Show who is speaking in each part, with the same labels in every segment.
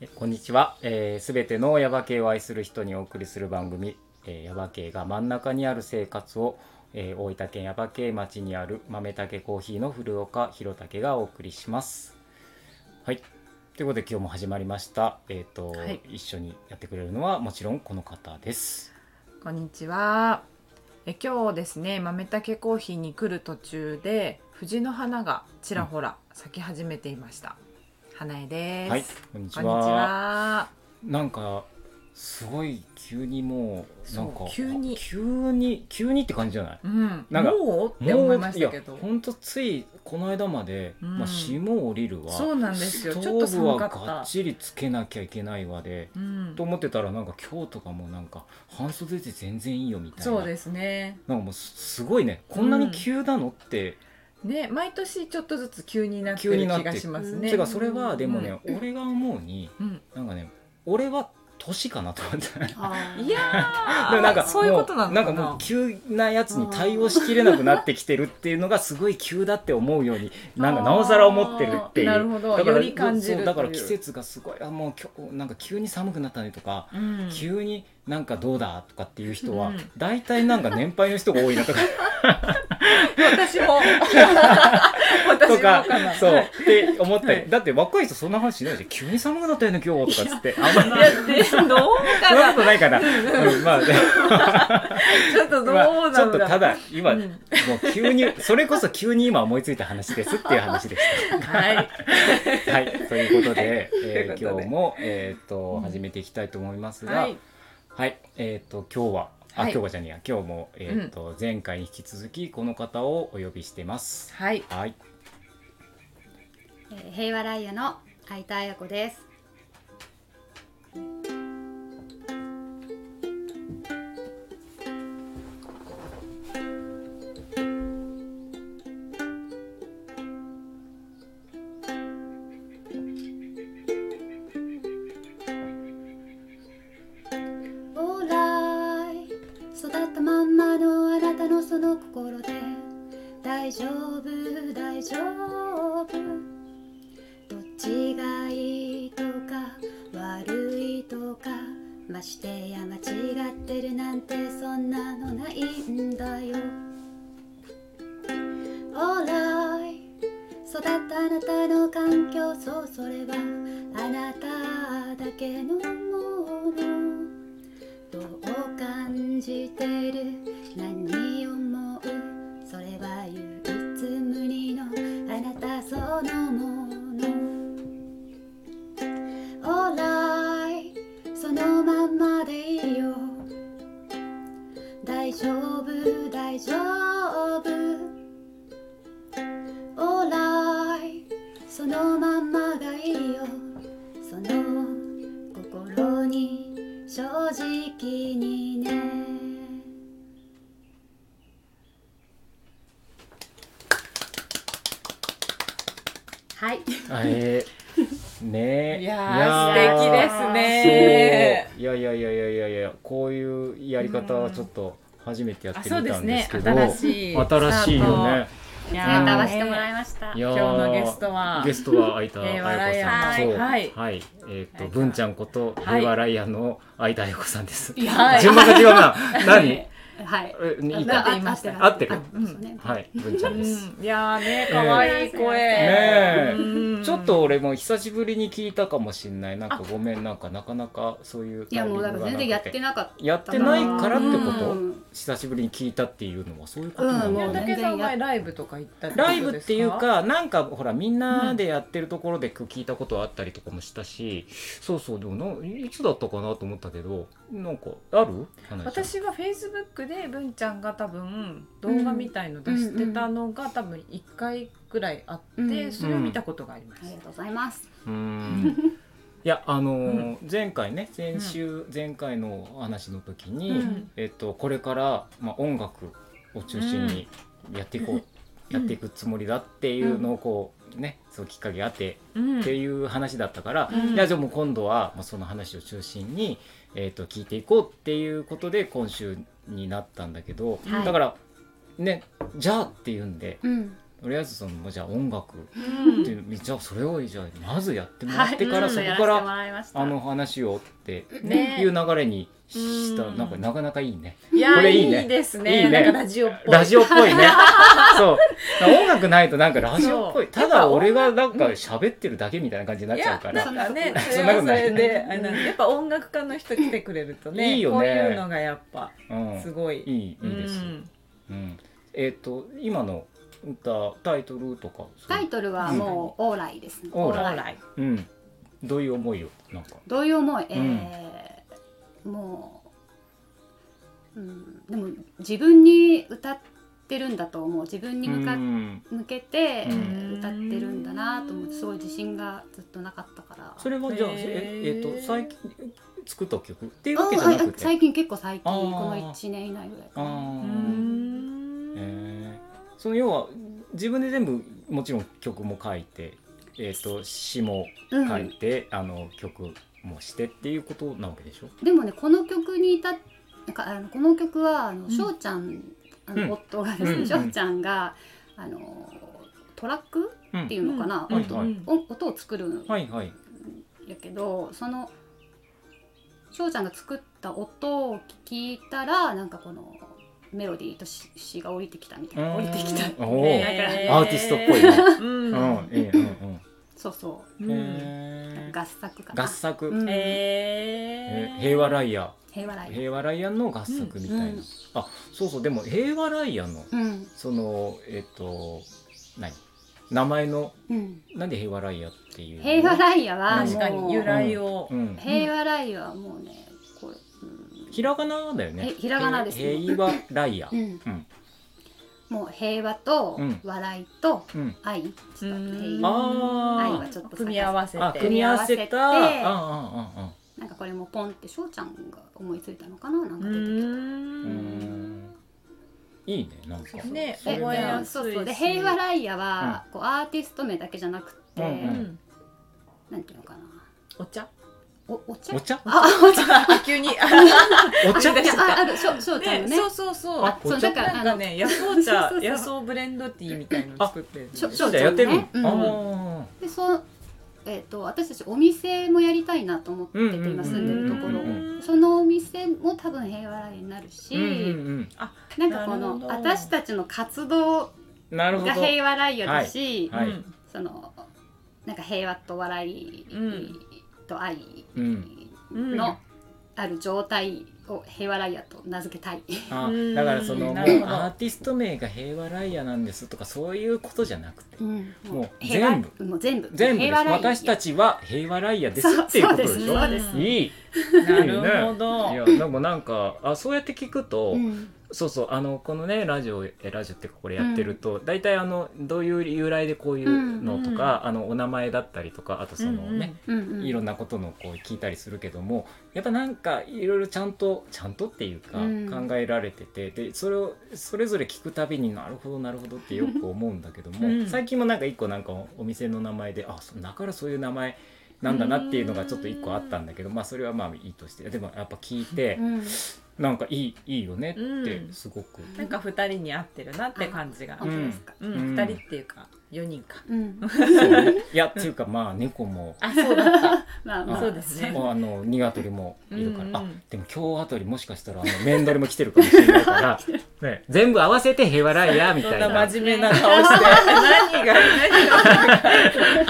Speaker 1: えこんにちは。す、えー、べ、てのヤバ系を愛する人にお送りする番組、えー、ヤバ系が真ん中にある生活を、えー大分県ヤバ系町にある豆竹コーヒーの古岡弘武がお送りします。はい。ということで今日も始まりました。えっ、と、
Speaker 2: はい
Speaker 1: 一緒にやってくれるのはもちろんこの方です。
Speaker 2: こんにちは。え今日ですね、豆竹コーヒーに来る途中で藤の花がちらほら咲き始めていました。花江です。
Speaker 1: はい。こんにち
Speaker 2: こ
Speaker 1: は。
Speaker 2: んにちは。
Speaker 1: なんかすごい急にもう
Speaker 2: そ
Speaker 1: な
Speaker 2: うん
Speaker 1: か
Speaker 2: 急に
Speaker 1: 急に急にって感じじゃない？
Speaker 2: うん。
Speaker 1: なんか
Speaker 2: もうって思いま
Speaker 1: うい
Speaker 2: した
Speaker 1: や
Speaker 2: けど。
Speaker 1: 本当ついこの間まで、
Speaker 2: うん
Speaker 1: まあ霜降りるわ。
Speaker 2: そうなんですよ。
Speaker 1: ス
Speaker 2: ち
Speaker 1: ト
Speaker 2: ょっと
Speaker 1: ーブ
Speaker 2: 寒
Speaker 1: はが
Speaker 2: かった
Speaker 1: っ。ちりつけなきゃいけないわで、
Speaker 2: うん
Speaker 1: と。思ってたらなんか今日とかもなんか半袖で全然いいよみたいな。
Speaker 2: そうですね。
Speaker 1: なんかもうすすごいねこんなに急なのって、
Speaker 2: ね、毎年ちょっとずつ急になって
Speaker 1: 急に
Speaker 2: る
Speaker 1: なっ
Speaker 2: 気
Speaker 1: て
Speaker 2: がしますね。
Speaker 1: てかそれはでもね、俺が思うに
Speaker 2: うん。
Speaker 1: なんかね俺は年かなと思って。
Speaker 3: あー
Speaker 2: いや
Speaker 1: で
Speaker 2: ー、
Speaker 1: もなんか
Speaker 2: そういうことなのか
Speaker 1: も
Speaker 2: な。
Speaker 1: うなんかもう急なやつに対応しきれなくなってきてるっていうのがすごい急だって思うようになんかなおさら思ってるっていう
Speaker 2: なるほど。
Speaker 1: だから
Speaker 2: より感じ
Speaker 1: そ
Speaker 2: るというう。
Speaker 1: だから季節がすごいあもう今日なんか急に寒くなったねとか、
Speaker 2: うん。
Speaker 1: 急になんかどうだとかっていう人は、
Speaker 2: うん
Speaker 1: 大体なんか年配の人が多いなとか
Speaker 2: 私 も 私も
Speaker 1: とか
Speaker 2: な
Speaker 1: そうって思ったり、
Speaker 2: はい
Speaker 1: だって若い人そんな話しないで急に寒くなったよね今日とかっつってあんまり
Speaker 2: いやでどう
Speaker 1: そんな
Speaker 2: か
Speaker 1: こ
Speaker 2: な
Speaker 1: とない かな、うんまあね
Speaker 2: ちょっとどう
Speaker 1: ま
Speaker 2: な
Speaker 1: あ
Speaker 2: ん
Speaker 1: ち
Speaker 2: だ
Speaker 1: ょっとただ今、
Speaker 2: うん
Speaker 1: もう急にそれこそ急に今思いついた話ですっていう話でし
Speaker 2: はい
Speaker 1: た。はい、ということで,、
Speaker 2: と
Speaker 1: え
Speaker 2: い
Speaker 1: ー
Speaker 2: うことで
Speaker 1: 今日も、えー、と
Speaker 2: うん
Speaker 1: 始めていきたいと思いますが、は
Speaker 2: はいい、
Speaker 1: えっ、と今日はあ、
Speaker 2: はい
Speaker 1: 今日はじゃねえや今日も、えーと前回に引き続きこの方をお呼びしてます。
Speaker 2: はい
Speaker 1: はい、
Speaker 3: えー平和ライオの相田彩子です。オーライ育ったまんまのあなたのその心で大丈夫大丈夫どっちがいいとか悪いとかましてや間違ってるなんてそんなのないんだよオーライ育ったあなたの環境そうそれはあなただけのものどう感じてる何を思うそれは唯一無二のあなたそのもの Alright そのまんまでいいよ大丈夫大丈夫 Alright そのまんまがいいよその心に正直にねはい
Speaker 1: えー、ねえ
Speaker 2: いやー
Speaker 1: ー
Speaker 2: 素敵ですね
Speaker 1: そういやいやいやいやいやいやこういうやり方はちょっと初めてやってみたんですけど、
Speaker 2: あそうですね新しい
Speaker 1: 新しいよね。
Speaker 2: いや
Speaker 1: 参
Speaker 3: 参
Speaker 1: 加
Speaker 3: 加は
Speaker 1: は
Speaker 3: してもらいました
Speaker 1: いやー
Speaker 2: 今日のゲストは
Speaker 1: ゲストは相田
Speaker 2: 平和
Speaker 1: 彩子さん
Speaker 3: ライアン
Speaker 1: そう
Speaker 2: はい
Speaker 1: はいえっと
Speaker 2: はい
Speaker 1: 文ちゃんこと平和ライアンの相田彩子さんです
Speaker 2: いやはい
Speaker 1: 順番が違うな 何え
Speaker 3: はい
Speaker 1: いいか
Speaker 2: なんて言いました
Speaker 3: あ
Speaker 1: 合って
Speaker 2: る
Speaker 3: そうですね
Speaker 1: はい文ちゃんです
Speaker 2: うんいやーね可愛い
Speaker 1: ね
Speaker 2: 声、
Speaker 1: え
Speaker 2: うん
Speaker 1: ちょっと俺も久しぶりに聞いたかもしんないなんかごめんなんかなかなかそういう
Speaker 3: いやもうだから全然やって
Speaker 1: な
Speaker 3: なかった
Speaker 1: やってないからってこ
Speaker 3: う
Speaker 1: と
Speaker 3: ん
Speaker 1: 久しぶりに聞いたっていうのはそういうことな
Speaker 3: うんん
Speaker 1: だ
Speaker 2: 宮
Speaker 3: もう
Speaker 1: ね
Speaker 2: 武さん前ライブとか行ったってこと
Speaker 1: ラ
Speaker 2: です
Speaker 1: イブっていうかなんかほらみんなでやってるところで聞いたことあったりとかもしたし、そうそうでもないつだったかなと思ったけどなんかある花井ちゃん
Speaker 2: 私はフェイスブックで文ちゃんが多分動画みたいの出してたのが多分1回ぐらいあって、
Speaker 3: うん
Speaker 2: それを見たことがあります
Speaker 3: あり、がとうございます
Speaker 1: うーんいやあのー前回ね先週前回のお話の時に、
Speaker 2: うん
Speaker 1: えっと、これから、まあ、音楽を中心にやっていこう、やっていくつもりだっていうのをこうねそうきっかけがあって
Speaker 2: うん
Speaker 1: っていう話だったから、
Speaker 2: うん
Speaker 1: いやじゃあもう今度は、まあ、その話を中心に、えー、と聞いていこうっていうことで今週になったんだけど、
Speaker 3: はい
Speaker 1: だからねじゃあっていうんで
Speaker 3: うん
Speaker 1: とりあえずそのもうじゃあ音楽っ
Speaker 2: うん
Speaker 1: ていうのじゃあそれをじゃあまずやってもらってから、
Speaker 2: はい
Speaker 1: そこ
Speaker 2: うん
Speaker 1: か
Speaker 2: やせても
Speaker 1: ら
Speaker 2: らいました
Speaker 1: あの話をって
Speaker 2: ね
Speaker 1: いう流れにした、
Speaker 2: うん
Speaker 1: なんかなかなかいいね
Speaker 2: いや
Speaker 1: これいいね
Speaker 2: いいですね
Speaker 1: いいね
Speaker 2: なんかラジオっぽい
Speaker 1: ラジオっぽいね そう音楽ないとなんかラジオっぽい
Speaker 4: そう
Speaker 1: ただ俺がなんか喋ってるだけみたいな感じになっちゃうから
Speaker 2: いやなんかねそ
Speaker 1: そ
Speaker 2: れ
Speaker 1: んなこ
Speaker 2: は
Speaker 1: と
Speaker 2: そ
Speaker 1: ない
Speaker 2: れであれなんですやっぱ音楽家の人来てくれるとね
Speaker 1: いいよね
Speaker 2: こういうのがやっぱ
Speaker 1: うん
Speaker 2: すごい、
Speaker 1: いいいいです、
Speaker 2: うん
Speaker 1: うん、えっ、と今の歌タイトルとかそう
Speaker 3: タイトルはもう「オーライ」ですね
Speaker 1: オーラ
Speaker 2: 将来
Speaker 1: うん、どういう思いをなんか
Speaker 3: どういう思い、えーもう、うん、でも自分に歌ってるんだと思う自分に向か、
Speaker 1: うん
Speaker 3: 向けて
Speaker 1: うん
Speaker 3: 歌ってるんだなと思ってすごい自信がずっとなかったから
Speaker 1: それはじゃあ
Speaker 2: へー
Speaker 1: え、えー、と最近作った曲っていう
Speaker 3: あ
Speaker 1: わけじゃ
Speaker 3: はい
Speaker 1: なくて、
Speaker 3: 最近結構最近こ
Speaker 1: あー
Speaker 3: の1年以内ぐらい
Speaker 1: あ
Speaker 3: かな
Speaker 2: う
Speaker 1: ー
Speaker 2: ん
Speaker 1: えーその要は自分で全部もちろん曲も書いて、えー、と詞も
Speaker 3: うん
Speaker 1: 書いて、あの曲もしてっていうことなわけでしょ
Speaker 3: でもねこの曲に至っなんかあのこの曲はあの
Speaker 2: ん
Speaker 3: 翔、ちゃんあ
Speaker 1: うん
Speaker 3: の夫がです
Speaker 1: うんう
Speaker 3: ね
Speaker 1: ん
Speaker 3: 翔、ちゃんがあのトラック
Speaker 1: う
Speaker 3: って
Speaker 1: ん
Speaker 3: い、うのかな、
Speaker 1: うん
Speaker 3: 音
Speaker 1: はい
Speaker 3: 音音を作るん
Speaker 1: はいはい
Speaker 3: やけどその翔ちゃんが作った音を聞いたらなんかこのメロディーと詞詞が降りてきたみたいな降りてきた
Speaker 1: おお、
Speaker 3: ね
Speaker 2: へ
Speaker 1: アーティストっぽいね
Speaker 2: う
Speaker 1: うんんうんうん
Speaker 3: そうそう
Speaker 1: うん、へー
Speaker 3: 合作かな
Speaker 1: 合作、
Speaker 3: うん
Speaker 1: え
Speaker 2: え
Speaker 1: ー平和ライアー
Speaker 3: 平和ライ
Speaker 1: 平和ライアンの合作みたいな、
Speaker 3: うんうん
Speaker 1: あそうそうでも平和ライアンの
Speaker 3: ブうん
Speaker 1: そのえっ、と何名前の
Speaker 3: うん
Speaker 1: なんで平和ライアンっていうの
Speaker 3: 平和ライアは
Speaker 2: 確か
Speaker 3: もう
Speaker 2: に由来を、
Speaker 1: うん、
Speaker 3: 平和ライアはもうねこれ、うん
Speaker 1: ひらがなだよね
Speaker 3: えひらがなですね
Speaker 1: へ平和ライア
Speaker 3: う
Speaker 1: ン
Speaker 3: ん
Speaker 1: うん
Speaker 3: もう平和と
Speaker 1: うん
Speaker 3: 笑いと
Speaker 1: うん
Speaker 3: 愛、ちょっと
Speaker 2: うん
Speaker 3: 平和愛
Speaker 1: あ
Speaker 3: はちょっと
Speaker 2: 組み合わせ
Speaker 1: ああ
Speaker 2: て
Speaker 1: 組み合わせた
Speaker 3: 組み合わせ
Speaker 1: あ
Speaker 3: て
Speaker 1: あ
Speaker 3: なんかこれもポンって翔ちゃんが思いついたのかななんか
Speaker 2: う
Speaker 3: 出てき
Speaker 1: あああ
Speaker 2: ん
Speaker 3: た
Speaker 1: うんいいねなんか
Speaker 2: ね
Speaker 1: そ
Speaker 3: で
Speaker 1: れ
Speaker 2: 覚えやすいし
Speaker 3: そうそうで平和ライアは、こうアーティスト名だけじゃなくて、
Speaker 1: うんう
Speaker 2: うんん
Speaker 3: なんていうのかな
Speaker 2: お 茶
Speaker 3: おお茶
Speaker 1: お茶
Speaker 3: あお茶
Speaker 2: 急に
Speaker 1: お茶
Speaker 2: あ出し
Speaker 3: あある翔翔ちゃんのね
Speaker 2: そうそうそう
Speaker 1: あ
Speaker 3: そ
Speaker 1: お
Speaker 3: う
Speaker 1: 茶
Speaker 3: だ
Speaker 1: か
Speaker 3: から
Speaker 2: なん
Speaker 3: あ
Speaker 2: か
Speaker 3: の、
Speaker 2: ね野草茶
Speaker 3: そうそうそう
Speaker 2: 野草ブレンドティーみたいの作ってるんで
Speaker 3: あち
Speaker 1: そ
Speaker 3: ょ
Speaker 1: うだやってるの、
Speaker 3: ねうん
Speaker 1: ああ
Speaker 3: でそうえっ、と私たちお店もやりたいなと思ってて、
Speaker 1: うんうんうん
Speaker 3: 今住んでるところを、
Speaker 1: うんうん
Speaker 3: そのお店も多分平和ライアンになるし、
Speaker 1: うんうん
Speaker 3: なんかこ
Speaker 2: なるほ
Speaker 3: の
Speaker 2: ど
Speaker 3: 私たちの活動
Speaker 1: うんなるほど
Speaker 3: が平和ライアンだし、
Speaker 1: はい
Speaker 2: うん
Speaker 3: そのなんか平和と笑い
Speaker 2: うん
Speaker 3: と愛
Speaker 1: うん
Speaker 2: うん
Speaker 3: のある状態を平和ライアンと名付けたい。
Speaker 1: あ
Speaker 2: うん
Speaker 1: だからそのもうア
Speaker 2: なるほど
Speaker 1: ーティスト名が平和ライアなんですとかそういうことじゃなくてもう
Speaker 3: 平和
Speaker 1: 全部
Speaker 3: もう全部
Speaker 1: 全部です
Speaker 3: 平和ライアン
Speaker 1: 私たちは平和ライアですっていうことでし
Speaker 3: そう
Speaker 1: ょ
Speaker 3: そうです
Speaker 2: うん
Speaker 3: そうです
Speaker 1: いい
Speaker 2: なるほど
Speaker 1: いやでもなんかあそうやって聞くと、
Speaker 3: うん
Speaker 1: そうそうあのこのねラジオえラジオっていうかこれやってると、大体あのどういう由来でこういうのとか、あのお名前だったりとかあとそのね、
Speaker 3: うんうん
Speaker 1: いろんなことのこう聞いたりするけどもやっぱなんかいろいろちゃんとちゃんとっていうか
Speaker 3: うん
Speaker 1: 考えられてて、でそれをそれぞれ聞くたびになるほどなるほどってよく思うんだけども、
Speaker 2: うん
Speaker 1: 最近もなんか一個なんかおお店の名前であそうだからそういう名前なんだなっていうのがちょっと一個あったんだけど、まあそれはまあいいとしてでもやっぱ聞いて、
Speaker 3: うん
Speaker 1: なんかいいいいよねって
Speaker 2: うん
Speaker 1: すごく、
Speaker 2: なんか二人に合ってるなって感じが
Speaker 3: 本当ですか。
Speaker 2: うん
Speaker 1: うん
Speaker 2: 二人っていうか四人か
Speaker 3: うん、
Speaker 1: そうねい やっていうかまあ猫も
Speaker 2: あそうだった
Speaker 3: まあま
Speaker 1: あ
Speaker 3: あ
Speaker 2: そうですね
Speaker 1: あの鶏もいるから、
Speaker 2: うんうん
Speaker 1: あでも今日あたりもしかしたらあの面取りも来てるかもしれない から、ね、全部合わせて平和ライヤーみ
Speaker 2: そ
Speaker 1: た
Speaker 2: ん
Speaker 1: い
Speaker 2: な
Speaker 1: な
Speaker 2: 真面目な顔して何が何が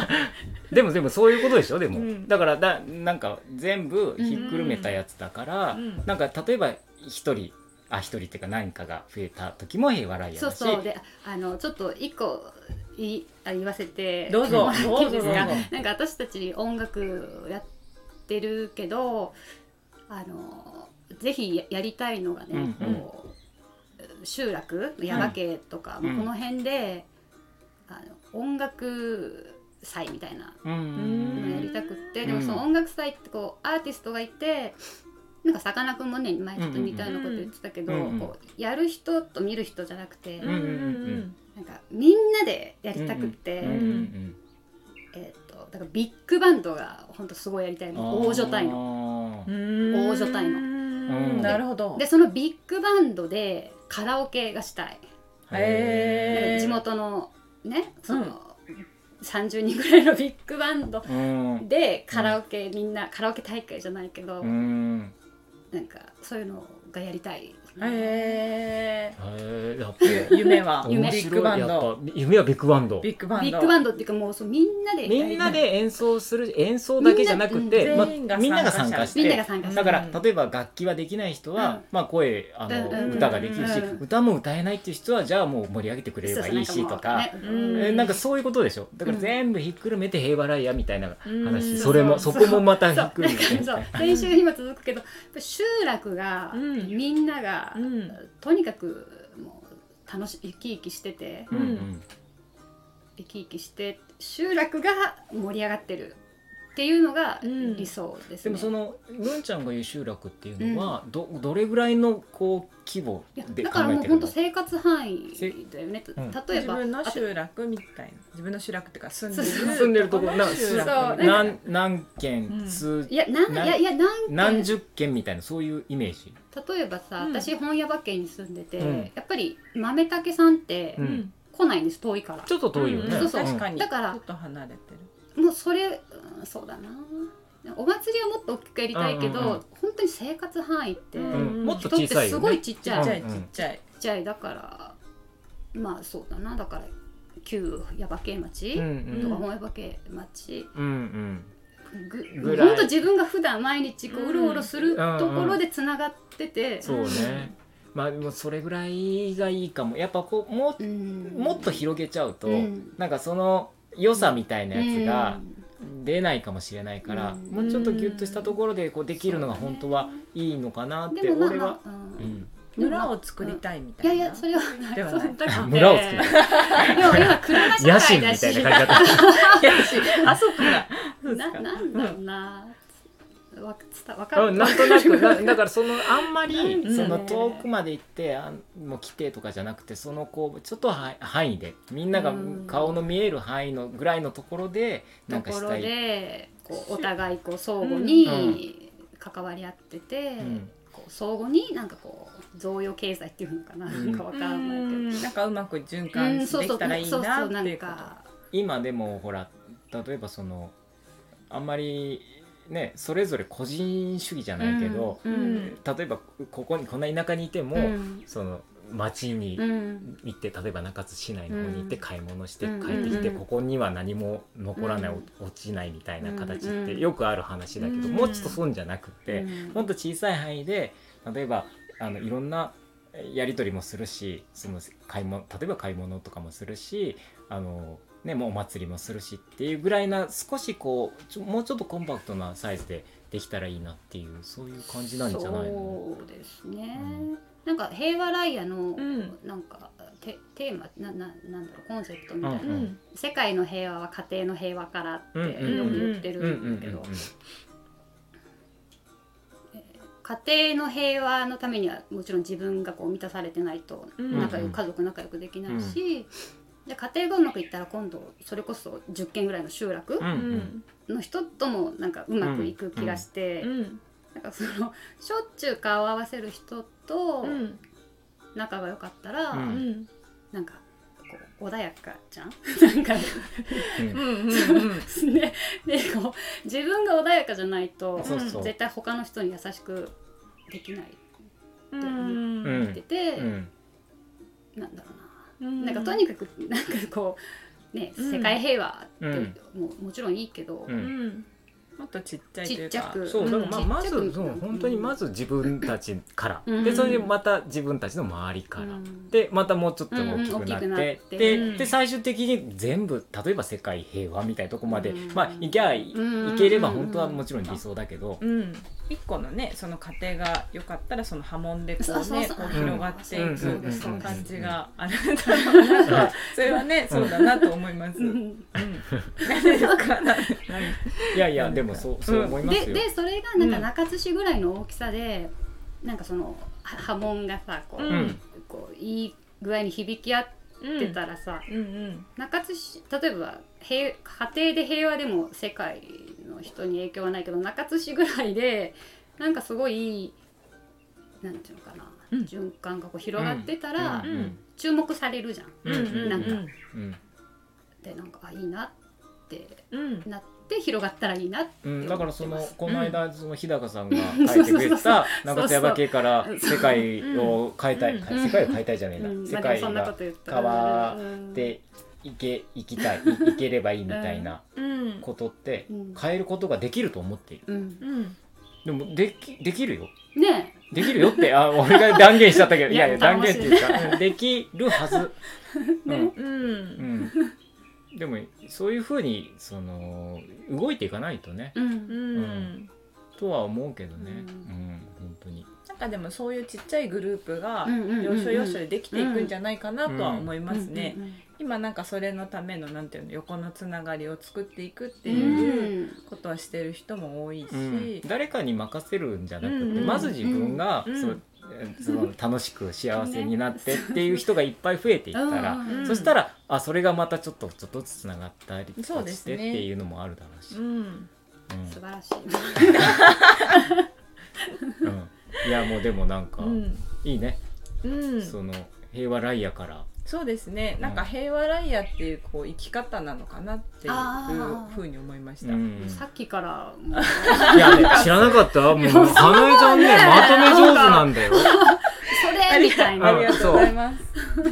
Speaker 1: でもでもそういうことでしょでも、
Speaker 2: うん
Speaker 1: だからだなんか全部ひっくるめたやつだから、
Speaker 2: うん
Speaker 1: なんか例えば一人あ一人っていうか何かが増えた時も平和ライヤー
Speaker 3: そう
Speaker 1: だし
Speaker 3: そうであのちょっと一個言いあ言わせて
Speaker 2: どうぞ
Speaker 3: もらっていいですか
Speaker 1: どうぞ
Speaker 3: なんか私たち音楽やってるけどあのぜひややりたいのがね、
Speaker 1: うんうん
Speaker 3: こう集落耶馬渓とか、
Speaker 1: うん
Speaker 3: この辺であの音楽祭みたいな
Speaker 1: うん
Speaker 3: のやりたくって、
Speaker 1: うん
Speaker 3: でもその音楽祭ってこうアーティストがいてなんかさかなクンもね前ちょっと似たようなこと言ってたけど、
Speaker 1: うんうんうん
Speaker 3: こうやる人と見る人じゃなくて、
Speaker 1: んうん
Speaker 3: なんかみんなでやりたくって、
Speaker 1: うんうん
Speaker 3: えー、とだからビッグバンドが本当すごいやりたい
Speaker 1: うん
Speaker 3: の大所帯の。
Speaker 1: の
Speaker 2: うん
Speaker 3: 大所帯の
Speaker 2: うんなるほど
Speaker 3: でそのビッグバンドでカラオケがしたい、
Speaker 2: へ
Speaker 3: なんか
Speaker 2: ー
Speaker 3: 地元のねその、30人ぐらいのビッグバンド
Speaker 1: うん
Speaker 3: でカラオケみんなカラオケ大会じゃないけど、
Speaker 1: うん
Speaker 3: なんかそういうのがやりたい、
Speaker 2: え
Speaker 1: へえやっぱ
Speaker 2: ー、夢は
Speaker 1: 面
Speaker 2: ビッグバ
Speaker 1: 白い
Speaker 2: ン
Speaker 1: やっ
Speaker 2: ド
Speaker 1: ぱ夢はビッグバンド
Speaker 2: ビッグバンド
Speaker 3: ビッグバンドっていうかもうそうみんなでやり
Speaker 1: み
Speaker 3: たい
Speaker 1: んなで演奏する演奏だけじゃなくて
Speaker 2: み
Speaker 1: ま
Speaker 2: んな
Speaker 1: あ
Speaker 2: 全員
Speaker 1: みんなが
Speaker 2: が
Speaker 1: 参
Speaker 2: 参
Speaker 1: 加
Speaker 2: 加
Speaker 1: し
Speaker 2: してて
Speaker 3: みんなが参加して
Speaker 1: だから
Speaker 2: うん
Speaker 1: 例えば楽器はできない人は、
Speaker 3: うん
Speaker 1: まあ、声あの、
Speaker 3: うんうん
Speaker 1: 歌ができるし、
Speaker 3: うん
Speaker 1: 歌も歌えないっていう人はじゃあもう盛り上げてくれれ
Speaker 3: そう
Speaker 1: ば
Speaker 3: そう
Speaker 1: いいしとか、
Speaker 3: なんも
Speaker 2: う
Speaker 3: うね
Speaker 1: え
Speaker 2: ん
Speaker 1: なんかそういうことでしょだから全部ひっくるめて平笑いやみたいな話、
Speaker 2: うん
Speaker 1: それも
Speaker 3: そ
Speaker 1: そうこもまたひ
Speaker 3: そ
Speaker 1: っ
Speaker 3: う
Speaker 1: くるめてみ
Speaker 3: そ
Speaker 1: たいう
Speaker 3: 練習が今続くけどやっぱ集落が、
Speaker 2: うん
Speaker 3: みんなが、
Speaker 2: うん
Speaker 3: とにかくもう楽し生き生きしてて
Speaker 1: な、うんうん
Speaker 3: 生き生きして集落が盛り上がってるっていうのが
Speaker 2: うん
Speaker 3: 理想です
Speaker 1: で
Speaker 3: ね、
Speaker 1: もそのぐんちゃんが言う集落っていうのは、どどれぐらいのこう規模
Speaker 3: いや
Speaker 1: で
Speaker 3: だ
Speaker 1: 考
Speaker 3: から
Speaker 1: え
Speaker 3: もう
Speaker 1: てる
Speaker 3: 本当
Speaker 1: の
Speaker 3: 生活範囲
Speaker 1: せ
Speaker 3: だよね、と
Speaker 1: うん
Speaker 3: 例え
Speaker 2: 自
Speaker 3: ば
Speaker 2: 分の
Speaker 3: あと
Speaker 2: 集落みたいな自分の集落っていうか住んでる
Speaker 3: そうそう
Speaker 1: 住んでるとこな
Speaker 2: の集
Speaker 3: そう
Speaker 2: 落
Speaker 3: なんか
Speaker 1: 何何件数、
Speaker 3: いやなん
Speaker 1: ない
Speaker 3: やいや何件
Speaker 1: 何十件みたいなそういうイメージ
Speaker 3: 例えばさ、
Speaker 2: うん
Speaker 3: 私本屋馬県に住んでて、
Speaker 1: うん
Speaker 3: やっぱり豆竹さんって
Speaker 1: うん
Speaker 3: 来ないんです遠いから
Speaker 1: ち、ょっと遠いよね、
Speaker 3: うんそうそう
Speaker 2: 確かに
Speaker 3: だから
Speaker 2: ちょっと離れてる
Speaker 3: もうそれ、うんそうだなお祭りはもっと大きくやりたいけど、
Speaker 1: うんうんうん
Speaker 3: 本当に生活範囲って、
Speaker 2: うん
Speaker 1: うんもっと
Speaker 3: 人
Speaker 1: 小
Speaker 3: って
Speaker 1: さい
Speaker 3: す
Speaker 1: よ
Speaker 3: ご
Speaker 1: ね
Speaker 3: いちっ
Speaker 2: ち
Speaker 3: ちゃい、
Speaker 2: っちゃい
Speaker 3: ち
Speaker 1: うん
Speaker 2: ちっちゃい
Speaker 3: っちゃいだからまあそうだなだから旧耶馬渓町、
Speaker 1: うん
Speaker 3: とか
Speaker 2: うん
Speaker 3: 本耶馬渓町
Speaker 1: うんうん
Speaker 3: ぐ
Speaker 1: ぐらい
Speaker 3: ほんと自分が普段毎日こう
Speaker 2: うん
Speaker 3: うろうろするところでつながってて、
Speaker 1: そうねまあでもそれぐらいがいいかもやっぱこうも
Speaker 3: うん
Speaker 1: もっと広げちゃうと、
Speaker 3: うん
Speaker 1: なんかその良さみたいなやつが
Speaker 3: うん
Speaker 1: 出ないかもしれないから、
Speaker 3: うん
Speaker 1: もうちょっとギュッとしたところでこうできるのが本当はいいのかなって、
Speaker 3: でもまあ
Speaker 1: 俺は
Speaker 3: ま、あ、うん
Speaker 1: うん、
Speaker 2: 村を作りたいみた
Speaker 3: いや
Speaker 2: い
Speaker 3: い
Speaker 2: な
Speaker 3: やそれはない
Speaker 2: ではない
Speaker 3: そうだけど
Speaker 1: 村を作る
Speaker 3: 要は今車
Speaker 1: 野
Speaker 3: 社
Speaker 1: 心
Speaker 3: 会
Speaker 1: み
Speaker 3: だ
Speaker 1: た
Speaker 3: し
Speaker 1: いな感じだっ
Speaker 2: あそうかそうです
Speaker 3: な
Speaker 2: か
Speaker 3: なんだろうな、わ伝わか
Speaker 1: た、
Speaker 3: る
Speaker 1: うん、なんとなくなだからそのあんまり
Speaker 2: うん
Speaker 1: その遠くまで行ってあんもう来てとかじゃなくてそのこうちょっとは範囲でみんなが
Speaker 3: うん
Speaker 1: 顔の見える範囲のぐらいのところでなん
Speaker 3: と
Speaker 1: か
Speaker 3: こ
Speaker 1: し
Speaker 3: ろ
Speaker 1: たい。
Speaker 3: でこうお互いこう相互に関わり合ってて、
Speaker 1: うん
Speaker 3: こう相互になんかこう贈与経済っていうのかな、
Speaker 1: うん
Speaker 3: なんかわからないけ
Speaker 2: なんかうまく循
Speaker 3: ど、
Speaker 2: 環できたらいいな
Speaker 3: そ
Speaker 2: っ
Speaker 3: う
Speaker 2: て
Speaker 3: ないん
Speaker 2: うこと
Speaker 3: か
Speaker 1: 今でもほら例えばそのあんまりねそれぞれ個人主義じゃないけど、
Speaker 3: うんうん
Speaker 1: 例えばここにこんな田舎にいても、
Speaker 3: うん
Speaker 1: その町に
Speaker 3: うん
Speaker 1: 行って、例えば中津市内の方に行って
Speaker 3: うん
Speaker 1: 買い物して
Speaker 3: うん
Speaker 1: 帰ってきて、
Speaker 3: うん
Speaker 1: ここには何も残らない、
Speaker 3: うん
Speaker 1: 落ちないみたいな形っ
Speaker 3: う
Speaker 1: て
Speaker 3: ん
Speaker 1: よくある話だけど、
Speaker 2: うん
Speaker 1: もうちょっと損じゃなくって、
Speaker 3: うん
Speaker 1: もっと小さい範囲で例えばあのいろんなえやり取りもするしその買い物例えば買い物とかもするしあの、ね、もうお祭りもするしっていうぐらいな少しこうちょもうちょっとコンパクトなサイズでできたらいいなっていうそういう感じなんじゃないの
Speaker 3: そうですね、
Speaker 1: うん
Speaker 3: なんか平和ライヤの、
Speaker 2: ん
Speaker 3: なんかテテーマなななんだろうコンセプトみたいな、
Speaker 1: うんうん
Speaker 3: 世界の平和は家庭の平和からって
Speaker 1: うん
Speaker 3: よ
Speaker 1: うん
Speaker 2: うん
Speaker 3: く言って
Speaker 1: うんう
Speaker 3: る
Speaker 1: んうん
Speaker 3: んだけ
Speaker 1: う
Speaker 3: ど、
Speaker 1: ん
Speaker 3: 家庭の平和のためにはもちろん自分がこう満たされてないと
Speaker 2: うん
Speaker 3: 仲良く家族仲良くできないし、で家庭がうまくいったら今度それこそ10軒ぐらいの集落
Speaker 1: うんうん
Speaker 2: う
Speaker 3: の人ともなんかうまくいく気がして、
Speaker 2: ん
Speaker 3: なんかそのしょっちゅう顔を合わせる人と
Speaker 2: うん
Speaker 3: 仲が良かったら、
Speaker 1: うん
Speaker 2: うん
Speaker 3: なんかこう穏やかじゃん なんか
Speaker 1: うん
Speaker 2: うんうん
Speaker 3: ねでこう自分が穏やかじゃないと
Speaker 1: そうそう
Speaker 3: 絶対他の人に優しくできない
Speaker 2: うん
Speaker 1: うん
Speaker 3: ってて、
Speaker 1: うん
Speaker 3: なんだろうな
Speaker 2: うん
Speaker 3: なんかとにかくなんかこうね、
Speaker 2: うん
Speaker 3: 世界平和って、
Speaker 1: うん
Speaker 3: もうもちろんいいけど、
Speaker 1: うん
Speaker 2: うんもっとちっちゃいと
Speaker 3: ち
Speaker 2: い
Speaker 3: っ
Speaker 2: う
Speaker 3: ちゃ
Speaker 2: か
Speaker 3: く
Speaker 1: そうだからまあ
Speaker 3: うん
Speaker 1: ま
Speaker 3: ちっ
Speaker 1: ず
Speaker 3: ちゃく
Speaker 1: そう本当にまず自分たちから、
Speaker 3: うん
Speaker 1: でそれでまた自分たちの周りから、
Speaker 3: うん
Speaker 1: でまたもうちょっと大きくなって,、
Speaker 3: うんうん大きくなって
Speaker 1: で
Speaker 2: うん
Speaker 1: で最終的に全部例えば世界平和みたいなとこまで、
Speaker 3: うん
Speaker 1: まあいきゃい,、
Speaker 3: うん
Speaker 1: ければ本当はもちろん理想だけど、
Speaker 2: うん一個のねその家庭が良かったらその波紋でこ
Speaker 3: そう
Speaker 2: う
Speaker 3: そう
Speaker 2: ね
Speaker 3: そう
Speaker 2: こう広がってい
Speaker 1: うんうん
Speaker 2: く
Speaker 1: うんうん
Speaker 2: その感じがあるんだろうなとはそれはねそうだなと思います。
Speaker 3: う
Speaker 2: うん
Speaker 3: ん
Speaker 2: 何ですか何
Speaker 1: いやいやでもそうそう思います
Speaker 3: で
Speaker 1: よ。
Speaker 3: でそれがなんか中津市ぐらいの大きさで、なんかそのは波紋がさこう,、
Speaker 1: うん
Speaker 2: うん
Speaker 3: こういい具合に響き合っ
Speaker 2: うん
Speaker 3: てたらさ、
Speaker 2: うんうん
Speaker 3: 中津市例えば平家庭で平和でも世界の人に影響はないけど中津市ぐらいでなんかすごいいいなんていうのかな、
Speaker 2: うん
Speaker 3: 循環がこう広がってたら、
Speaker 1: うん
Speaker 3: 注目されるじゃん。
Speaker 1: うんうん
Speaker 3: なんか
Speaker 1: うん
Speaker 3: ってなんかあいいなって
Speaker 4: うん
Speaker 3: なって広がったらいいなって
Speaker 1: う
Speaker 3: 思っ
Speaker 1: ん、
Speaker 3: てます、
Speaker 1: だからそのこの間その日高さんが書いてくれ
Speaker 3: そうそうそう
Speaker 1: た「中津ヤバ系」から世界を変えたい、
Speaker 4: うん
Speaker 1: 世界を変えたいじゃねえな、
Speaker 3: うん
Speaker 1: 世
Speaker 3: まあでも
Speaker 1: 界
Speaker 3: そんなこ
Speaker 1: が
Speaker 3: と言った
Speaker 1: 変わ
Speaker 3: っ
Speaker 1: でいけいきたいいいければいいみたいな
Speaker 4: うん
Speaker 1: ことって
Speaker 3: うん
Speaker 1: 変えることができると思っている
Speaker 3: うん、
Speaker 4: うん
Speaker 1: でもできできるよ
Speaker 3: ね
Speaker 1: できるよってあ俺が断言しちゃったけどい
Speaker 4: い
Speaker 1: や
Speaker 4: や
Speaker 1: いや断言っていうか、うんできるはず、うん
Speaker 4: う
Speaker 1: うんん、でもそういうふうにその動いていかないとね
Speaker 3: え、う
Speaker 4: う
Speaker 3: ん
Speaker 4: ん
Speaker 1: とは思うけどね、う
Speaker 3: うんん
Speaker 1: 本当に
Speaker 2: なんかでもそういうちっちゃいグループが
Speaker 3: うんうんうんうん
Speaker 2: 要所要所でできていくんじゃないかなとは思いますね
Speaker 3: う。ん
Speaker 2: 今なんかそれのためのなんていうの横のつながりを作っていくって
Speaker 3: う
Speaker 2: いうんことはしてる人も多いし、
Speaker 1: うん誰かに任せるんじゃなくて、
Speaker 2: うんうん
Speaker 1: まず自分が、
Speaker 2: うん
Speaker 1: そうその楽しく幸せになってっていう人がいっぱい増えていったら、
Speaker 3: うん
Speaker 2: うん
Speaker 1: そしたらあそれがまたちょっとちょっとずつつながったりと
Speaker 2: そ
Speaker 1: か
Speaker 2: うで
Speaker 1: し
Speaker 2: す
Speaker 1: て
Speaker 2: ね
Speaker 1: っていうのもあるだろうし、
Speaker 2: うん
Speaker 3: 素晴らしい
Speaker 1: うんうんいやもうでもなんか、
Speaker 2: うん
Speaker 1: いいね、
Speaker 2: うん、
Speaker 1: その平和ライヤから、
Speaker 2: そうですね
Speaker 1: ん
Speaker 2: なんか平和ライヤっていうこう生き方なのかなっていう
Speaker 3: あー
Speaker 2: ふうに思いまし
Speaker 1: う
Speaker 2: た。
Speaker 1: ん、
Speaker 3: さっきからもう
Speaker 1: いやね知らなかったもう花江ちゃんねまとめ上手なんだよ
Speaker 3: それみたい
Speaker 1: あ
Speaker 2: あ
Speaker 3: な
Speaker 2: りがとうございま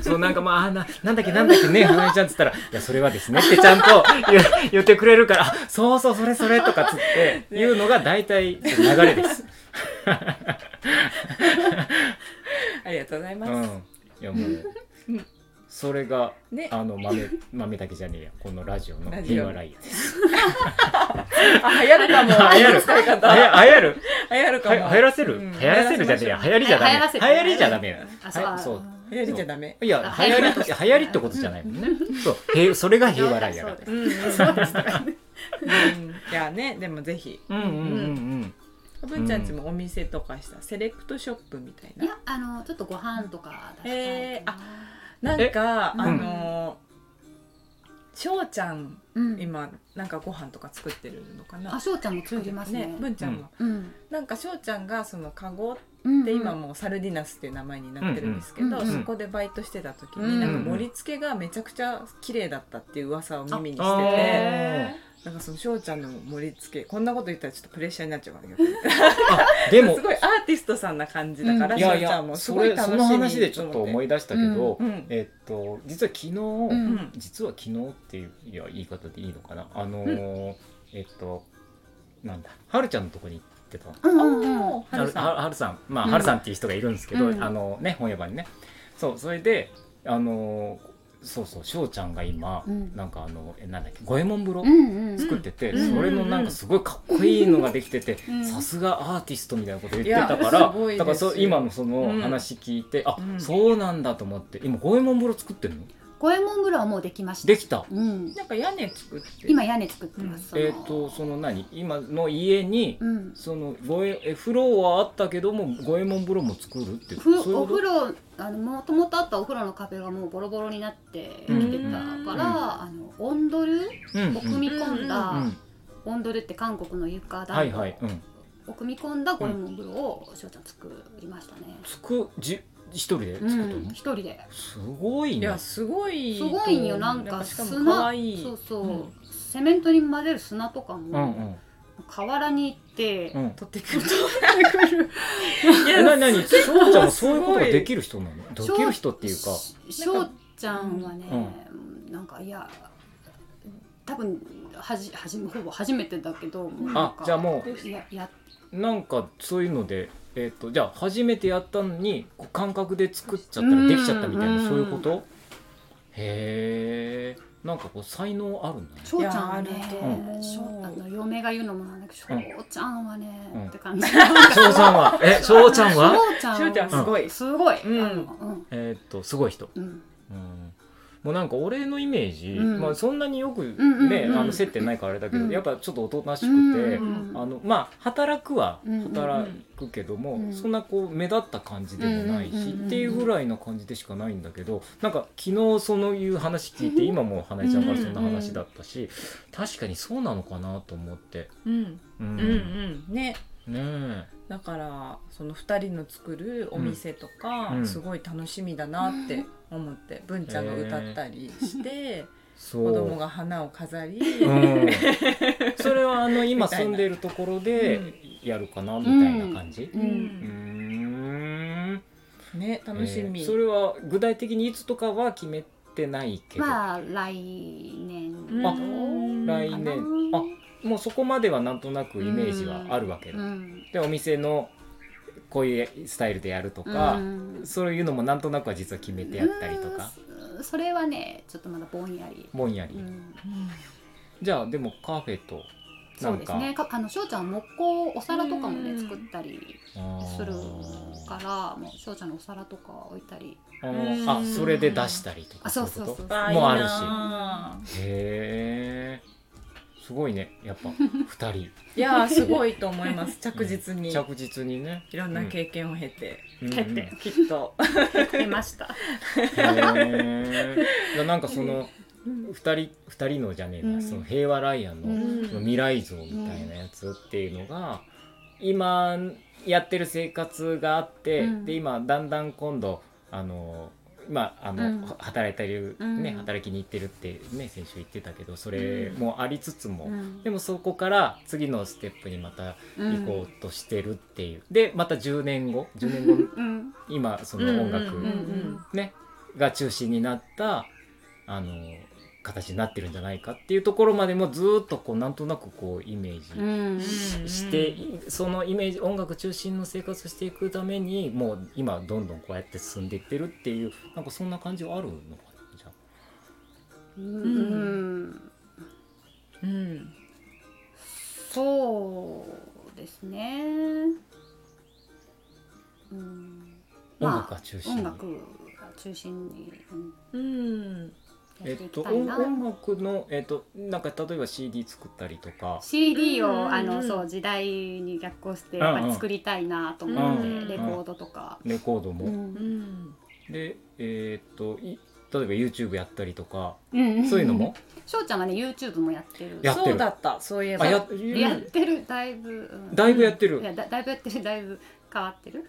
Speaker 2: す。
Speaker 1: そうなんかまああななんだっけなんだっけね花江ちゃんっつったら「いやそれはですね」ってちゃんと言う言ってくれるからあ「そうそうそれそれ」とかつって言うのが大体流れです。
Speaker 2: ありがとうございうま
Speaker 1: ん、
Speaker 2: す。
Speaker 1: いやもうそれが、
Speaker 2: ね
Speaker 1: あの豆豆だけじゃねえやこのラジオの
Speaker 2: ラジオ
Speaker 1: 平和ライヤです。
Speaker 2: あ流行るかも。
Speaker 1: はやる
Speaker 2: 使い方。
Speaker 1: はやはやる
Speaker 2: 流行るか
Speaker 1: は
Speaker 2: も。
Speaker 1: や流行らせる、
Speaker 2: うん
Speaker 1: 流行らせるじゃねえや流行りじゃダメ
Speaker 3: 流行らせ
Speaker 1: 流
Speaker 3: る
Speaker 1: 行りじゃダメや
Speaker 3: あ
Speaker 1: はや
Speaker 3: そ
Speaker 1: そうう
Speaker 2: 流行りじゃダメ。
Speaker 1: いや、
Speaker 3: あ
Speaker 1: 流行り、
Speaker 3: 流行りとして
Speaker 1: 流行りってことじゃないもんね。そう、へ、それが平和ライヤーだから。
Speaker 2: うん、そうですかうん、いやね、でもぜひ、
Speaker 1: うんうんうん
Speaker 2: 文ちゃんちもお店とかした、セレクトショップみたい
Speaker 3: い
Speaker 2: な。
Speaker 3: やあのちょっとご飯とか出したいかな、
Speaker 2: えーあなんか、
Speaker 3: うん
Speaker 2: あのー。しょうちゃん、
Speaker 3: うん、
Speaker 2: 今、なんかご飯とか作ってるのか
Speaker 3: あ
Speaker 2: な。
Speaker 3: しょうちゃんも作りますね
Speaker 2: 文ちゃんも、
Speaker 3: うん
Speaker 2: なんかしょうちゃんが、そのカゴ
Speaker 3: うん
Speaker 2: で今もうサルディナスっていう名前になってるんですけど、
Speaker 3: うんうん
Speaker 2: そこでバイトしてた時に、
Speaker 4: うん
Speaker 2: なんか盛り付けがめちゃくちゃ綺麗だったっていう噂を耳にして
Speaker 1: あ
Speaker 2: て
Speaker 1: へ
Speaker 2: なんかその翔ちゃんの盛り付けこんなこと言ったらちょっとプレッシャーになっちゃうからね
Speaker 1: あ、でも
Speaker 2: す、ごいアーティストさんな感じだから
Speaker 1: い
Speaker 2: 翔
Speaker 1: やい
Speaker 2: ちゃん
Speaker 1: や、
Speaker 2: もす
Speaker 1: そ
Speaker 2: ごい
Speaker 1: れ、
Speaker 2: 楽し
Speaker 1: そ
Speaker 2: み
Speaker 1: の話でちょっと思い
Speaker 2: い
Speaker 1: 出したけど
Speaker 2: うんうん、
Speaker 1: えっと、実は昨
Speaker 2: う
Speaker 1: 日、
Speaker 2: ん
Speaker 1: 実は昨日っていう、いや、言い方でいいのかな。あのー、えっと、なんだ、はるちゃんのとこに行ってたの。
Speaker 3: う
Speaker 2: お
Speaker 3: んうんうん
Speaker 2: ーはるさん
Speaker 1: ははるさん、まあ、
Speaker 2: うん
Speaker 1: はるさんっていう人がいるんですけど、
Speaker 3: うん
Speaker 1: あのね、本屋場にね。そう、それで、あのー、そうそう、しょうちゃんが今、
Speaker 3: うん
Speaker 1: なんかあの、えなんだっけ、五右衛門風呂
Speaker 3: うんうん
Speaker 1: 作ってて、
Speaker 2: うん
Speaker 1: それのなんかすごいかっこいいのができてて
Speaker 3: うん
Speaker 1: さすがアーティストみたいなこと言ってたから
Speaker 2: いやすごいです
Speaker 1: だからそう今のその
Speaker 2: うん
Speaker 1: 話聞いて、あ、
Speaker 2: うん
Speaker 1: そうなんだと思って今五右衛門風呂作ってるの
Speaker 3: 五右衛門風呂はもうできました
Speaker 1: できた
Speaker 3: うん
Speaker 2: なんか屋根作って
Speaker 3: 今屋根作ってます、
Speaker 1: えっ、
Speaker 3: その
Speaker 1: とその何今の家に、
Speaker 3: うん
Speaker 1: そのごええ風呂はあったけども五右衛門風呂も作るって
Speaker 3: ふ
Speaker 1: そういう
Speaker 3: お
Speaker 1: こと
Speaker 3: 風呂あのもともとあったお風呂の壁がもうボロボロになってきてた
Speaker 2: うん
Speaker 3: から、あのオンドル
Speaker 1: うんうん
Speaker 3: を組み込んだ、
Speaker 1: うんうん
Speaker 3: オンドルって韓国の床だ、
Speaker 1: はいはい、うん、
Speaker 3: を組み込んだ五右衛門風呂を翔ちゃん作りましたね、
Speaker 1: つくじ一人で作
Speaker 3: う
Speaker 1: ったの、
Speaker 3: ん、一人です
Speaker 1: ごい
Speaker 2: い
Speaker 1: ね
Speaker 2: やすごい
Speaker 3: すごいんよなんか
Speaker 2: しか
Speaker 3: 砂
Speaker 2: も可愛い
Speaker 3: そうそう、
Speaker 2: うん
Speaker 3: セメントに混ぜる砂とか
Speaker 1: うんう
Speaker 3: も
Speaker 1: ん
Speaker 3: 河原に行って、
Speaker 1: うん
Speaker 2: 取ってくるい
Speaker 1: え
Speaker 2: や
Speaker 1: ななにしょうちゃんもそういうことが
Speaker 2: すごい
Speaker 1: できる人なのできる人っていうか
Speaker 3: し翔ちゃんはね、なんかいや多分はじはじめほぼ初めてだけどもうなん
Speaker 1: あ
Speaker 3: か
Speaker 1: じゃあも
Speaker 3: やや
Speaker 1: うなんかそういうので、えっとじゃあ初めてやったのにこう感覚で作っちゃったらできちゃったみたいな
Speaker 3: うん
Speaker 1: そういうことへえんかこう才能あるんだね
Speaker 3: 翔ちゃんはね
Speaker 2: いやあると思う
Speaker 3: 翔あの嫁が言うのもなんだけど
Speaker 1: うん
Speaker 3: 翔ちゃんはね、
Speaker 1: うん
Speaker 3: って感じ翔
Speaker 1: 翔さん はえ翔ちゃんは
Speaker 3: ちゃんは
Speaker 2: 翔ちゃんすごい
Speaker 3: すごい、
Speaker 2: うん
Speaker 3: あのうん
Speaker 1: えっとすごい人
Speaker 3: うん
Speaker 1: うんもうなんか俺のイメージ、
Speaker 3: うん
Speaker 1: まあ、そんなによくね、
Speaker 3: うんうんうん
Speaker 1: あの接点ないからあれだけど、
Speaker 3: うん
Speaker 1: やっぱちょっとおとなしくて、
Speaker 3: うん
Speaker 1: あのまあ働くは
Speaker 3: うんうんうん
Speaker 1: 働くけども、
Speaker 3: うん
Speaker 1: そんなこう目立った感じでもないし、
Speaker 3: うんうんうんうん
Speaker 1: っていうぐらいの感じでしかないんだけどなんか昨日そのいう話聞いて今も花江ちゃんからそんな話だったし、確かにそうなのかなと思って、
Speaker 2: うん
Speaker 1: う
Speaker 2: うんんうんね
Speaker 1: ね
Speaker 2: だからその2人の作るお店とか、
Speaker 1: うん
Speaker 2: すごい楽しみだなって思って文、ちゃんが歌ったりして
Speaker 1: え、そう
Speaker 2: 子供が花を飾り、
Speaker 1: うん、 それはあの今住んでるところでやるかなみたいな感じ
Speaker 3: う
Speaker 2: うん
Speaker 1: うんん
Speaker 2: ね楽しみ、
Speaker 1: えーそれは具体的にいつとかは決めてないけど、
Speaker 3: まあ来年
Speaker 2: うん
Speaker 1: あ
Speaker 3: か
Speaker 1: 来
Speaker 3: な
Speaker 1: 年あもうそこまではなんとなくイメージはあるわけだ、
Speaker 3: うん
Speaker 1: でお店のこういうスタイルでやるとか、
Speaker 3: うん
Speaker 1: そういうのもなんとなくは実は決めてやったりとか、
Speaker 3: うんそれはねちょっとまだぼんやり、
Speaker 1: ぼんやり、
Speaker 3: うん、
Speaker 2: うん
Speaker 1: じゃあでもカフェとな
Speaker 3: そうんです
Speaker 1: か
Speaker 3: ねかあのしょうちゃんは木工お皿とかも
Speaker 2: う
Speaker 3: ね
Speaker 2: ん
Speaker 3: 作ったり
Speaker 1: あー
Speaker 3: するからもうしょうちゃんのお皿とか置いたり
Speaker 1: あーあそれで出したりとか
Speaker 3: あそうそう
Speaker 1: い
Speaker 3: そ
Speaker 1: こ
Speaker 3: う
Speaker 1: と
Speaker 3: そう
Speaker 2: あー
Speaker 1: もあるし
Speaker 2: いいなあ
Speaker 1: へえすごいねやっ ぱ二人
Speaker 2: いやーすごいと思います着実に
Speaker 1: 着実にね
Speaker 2: いろんな経験を経て、
Speaker 1: うん
Speaker 2: 経
Speaker 1: うん
Speaker 2: てきっと
Speaker 3: 出ました
Speaker 1: へえなんかその
Speaker 3: うん
Speaker 1: 二人二人のじゃねえな、
Speaker 3: うん
Speaker 1: その平和ライアンの,、
Speaker 3: うん
Speaker 1: その未来像みたいなやつっていうのが、今やってる生活があって、
Speaker 3: うん
Speaker 1: で今だんだん今度あのまああの、
Speaker 3: うん
Speaker 1: は働いてる、ね
Speaker 3: うん
Speaker 1: 働きに行ってるってね先週言ってたけどそれもありつつも、
Speaker 3: うん
Speaker 1: でもそこから次のステップにまた
Speaker 3: うん
Speaker 1: 行こうとしてるっていう、でまた10年後10年後
Speaker 3: うん
Speaker 1: 今その音楽、
Speaker 2: うんうんうん
Speaker 1: ね、が中心になったあの形になってるんじゃないかっていうところまでもずーっとこうなんとなくこうイメージ
Speaker 3: うん
Speaker 2: うん
Speaker 1: して、そのイメージ音楽中心の生活をしていくためにもう今どんどんこうやって進んでいってるっていうなんかそんな感じはあるのかなじゃあ
Speaker 3: うん
Speaker 2: うん
Speaker 3: そうですねうん
Speaker 1: 音
Speaker 3: ま
Speaker 1: 楽
Speaker 3: あ
Speaker 1: が中心に、
Speaker 3: 音楽が中心にうん
Speaker 2: うん
Speaker 1: え
Speaker 3: やって
Speaker 1: っ
Speaker 3: い
Speaker 1: と
Speaker 3: きたい
Speaker 1: 音
Speaker 3: な
Speaker 1: 音楽のえっとなんか例えば CD 作ったりとか
Speaker 3: CD
Speaker 2: うんうんう
Speaker 3: を
Speaker 2: ん
Speaker 3: あのそう時代に逆行してやっぱり作りたいなと思って
Speaker 1: うん
Speaker 2: うん
Speaker 3: レコードとか
Speaker 1: レコードも、
Speaker 3: うん
Speaker 2: うん
Speaker 1: でえっとい例えば YouTube やったりとか、
Speaker 3: うんん
Speaker 1: そういうのも
Speaker 3: 翔ちゃんがね YouTube もやってる
Speaker 1: やってる
Speaker 2: そうだったそういえば
Speaker 1: あやや
Speaker 3: やってるだいぶ、うん
Speaker 1: だいぶやってる
Speaker 3: いやだだいぶやってるだいぶ変わってる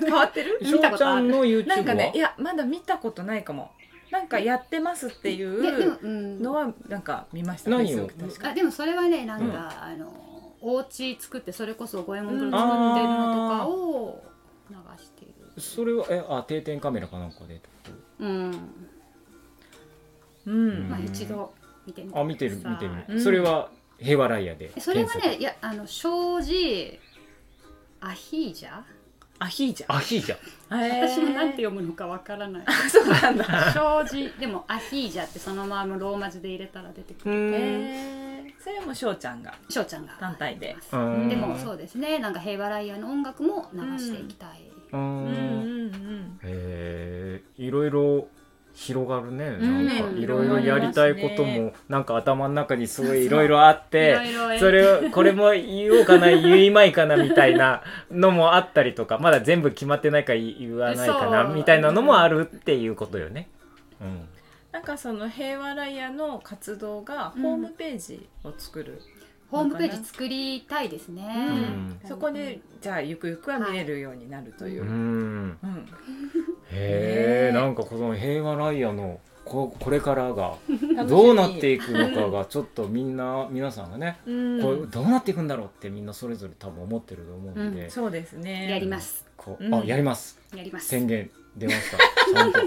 Speaker 2: 変わってる
Speaker 3: 見たこと
Speaker 1: しょうちゃ
Speaker 3: ある
Speaker 1: んの YouTube は
Speaker 2: なんかねいやまだ見たことないかもなんかやってますってい
Speaker 3: いやでも
Speaker 2: う
Speaker 3: うん
Speaker 2: のはなんか見ました
Speaker 1: 何を
Speaker 2: Facebook 確か
Speaker 3: あでもそれはねなんか、あのお家作ってそれこそ五右衛門風呂作ってるのとかを流している
Speaker 1: それはえあ定点カメラかなんかでってこ
Speaker 3: うん
Speaker 2: う
Speaker 1: うん
Speaker 2: ん
Speaker 3: まあ一度見てみ
Speaker 1: と
Speaker 3: てください
Speaker 1: あ見てる見てる、
Speaker 2: うん
Speaker 1: それは平和ライアで
Speaker 3: それは
Speaker 1: 検
Speaker 3: ねいやあの障子アヒージャ、
Speaker 2: アヒージャ
Speaker 1: 索アヒージャ
Speaker 3: 私もなんて
Speaker 2: う
Speaker 3: 読むのかわか らない
Speaker 2: そうなんだ
Speaker 3: 障子でもアヒージャってそのままローマ字で入れたら出てくる
Speaker 2: へーそれもしょうちゃんが
Speaker 3: 翔ちゃんが
Speaker 2: 単体で
Speaker 1: う
Speaker 3: うんんでもそうですねなんか平和ライアーの音楽も流していきたい、
Speaker 1: うーん
Speaker 2: うんうん
Speaker 1: へえいろいろ広がるね
Speaker 2: ん
Speaker 1: なんかいろいろやりたいこと
Speaker 2: うん
Speaker 1: もなんか頭の中にすごいいろいろあって
Speaker 3: いろいろ
Speaker 1: それをこれも言おうかな言いまいかなみたいなのもあったりとかまだ全部決まってないから言わないかな
Speaker 3: そう
Speaker 1: みたいなのもあるっていうことよね。うん
Speaker 2: なんかその平和ライアの活動が
Speaker 3: うん
Speaker 2: ホームページを作る、
Speaker 3: ホームページ作りたいですね、
Speaker 1: ん
Speaker 2: そこでじゃあゆくゆくは見えるようになるというう、
Speaker 1: ん
Speaker 2: うん
Speaker 1: へえ、
Speaker 2: ねえ
Speaker 1: なんかこの平和ライアのここれからが
Speaker 2: 楽しみ
Speaker 1: どうなっていくのかがちょっとみんな皆さんがね、
Speaker 2: うん
Speaker 1: こうどうなっていくんだろうってみんなそれぞれ多分思ってると思うんで、
Speaker 2: そうですね
Speaker 3: やります
Speaker 1: こう
Speaker 2: うん
Speaker 1: あやります
Speaker 3: やります
Speaker 1: 宣言出ましたちゃんと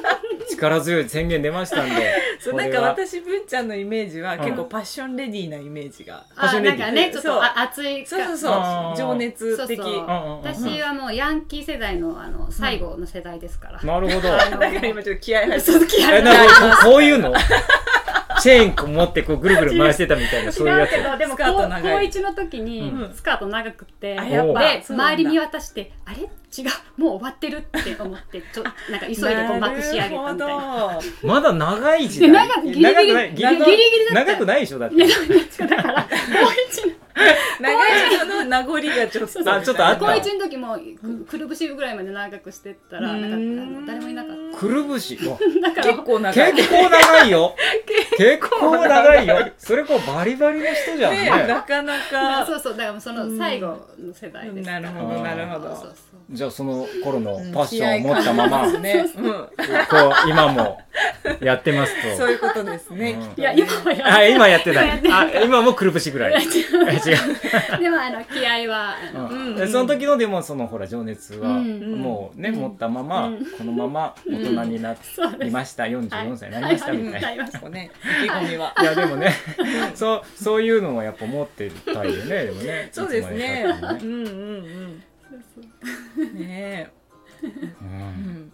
Speaker 1: 力強い宣言出ましたんで
Speaker 2: そう
Speaker 1: こ
Speaker 2: なん
Speaker 1: れ
Speaker 2: か
Speaker 1: は
Speaker 2: 私文ちゃんのイメージは結
Speaker 1: う
Speaker 2: 構
Speaker 1: ん
Speaker 2: パッションレディーなイメージが、
Speaker 1: 初
Speaker 3: あ
Speaker 1: め
Speaker 3: な
Speaker 1: て
Speaker 3: んかねちょっ
Speaker 2: そう
Speaker 3: とあ熱いか
Speaker 2: そうそうそう
Speaker 1: あー
Speaker 2: 情熱的
Speaker 3: そうそう
Speaker 1: うんうんうん
Speaker 3: 私はもうヤンキー世代のあの最後の世代ですから、
Speaker 1: なるほど
Speaker 2: だから今ちょっと気合入って
Speaker 3: 鈴木
Speaker 1: え
Speaker 3: や
Speaker 1: なんかこうこういうのチェーンこう持ってこうぐるぐる回してたみたいなそういうや
Speaker 3: 違う
Speaker 1: つ
Speaker 3: けどでも
Speaker 2: スカート
Speaker 3: 高
Speaker 2: 長い
Speaker 3: 高一の時に
Speaker 1: うん
Speaker 3: スカート長くて、
Speaker 2: あ
Speaker 1: や
Speaker 2: やっぱ
Speaker 3: で
Speaker 2: そうなんだ
Speaker 3: 周り見渡してあれ違うもう終わってるって思ってちょなんか急いでこうまくし上げたみたいな。
Speaker 2: なるほど
Speaker 1: まだ長い時代
Speaker 3: で長くギリギリ
Speaker 1: 長くない
Speaker 3: ギリギリだったよ
Speaker 1: 長くないでしょだって
Speaker 3: いやだから高一の
Speaker 2: 長い人の名残がちょっとみたいな
Speaker 1: あちょっとあった
Speaker 3: 高一の時もくくるぶしぐらいまで長くしてったら
Speaker 2: うん
Speaker 3: なんかあの誰もいなかっ
Speaker 1: くるぶしお
Speaker 3: ただから
Speaker 2: 結構長い
Speaker 1: 結構長いよ結構長いよそれこうバリバリの人じゃん
Speaker 2: ね
Speaker 1: ね
Speaker 2: なかな
Speaker 3: まあ
Speaker 2: か
Speaker 3: そうそうだからその最後の世代です
Speaker 2: なるほ
Speaker 1: あー
Speaker 2: どなるほ
Speaker 3: そうそ
Speaker 2: ど
Speaker 3: うそう
Speaker 1: じゃあその頃のパッションを持ったまま、
Speaker 2: うん
Speaker 1: こ
Speaker 2: 気合い感じますね
Speaker 1: う今もやってます
Speaker 2: うん
Speaker 1: と
Speaker 2: そういうことですね
Speaker 1: うん
Speaker 2: きっと
Speaker 3: い
Speaker 2: ね
Speaker 3: や今はや
Speaker 1: あ今やってない
Speaker 3: 今やって
Speaker 1: あ今もくるぶしぐらい違う
Speaker 3: でもあの気合は あの
Speaker 1: うん
Speaker 2: うん
Speaker 1: でその時のでもそのほら情熱は
Speaker 3: うん
Speaker 1: もうね、持ったまま、
Speaker 3: うん
Speaker 1: このまま大人になっ
Speaker 3: そう
Speaker 1: てい
Speaker 3: です
Speaker 1: ました、44歳になりましたみたいな。
Speaker 3: はいいはいはい
Speaker 2: こうね意気込みは
Speaker 1: やでもね、 そうそういうのもやっぱ持ってたいよねでもね。
Speaker 2: そうですね
Speaker 1: いつまで経って
Speaker 2: う
Speaker 1: も
Speaker 2: んうん
Speaker 3: そうそう
Speaker 2: うんね
Speaker 1: う
Speaker 2: えうんん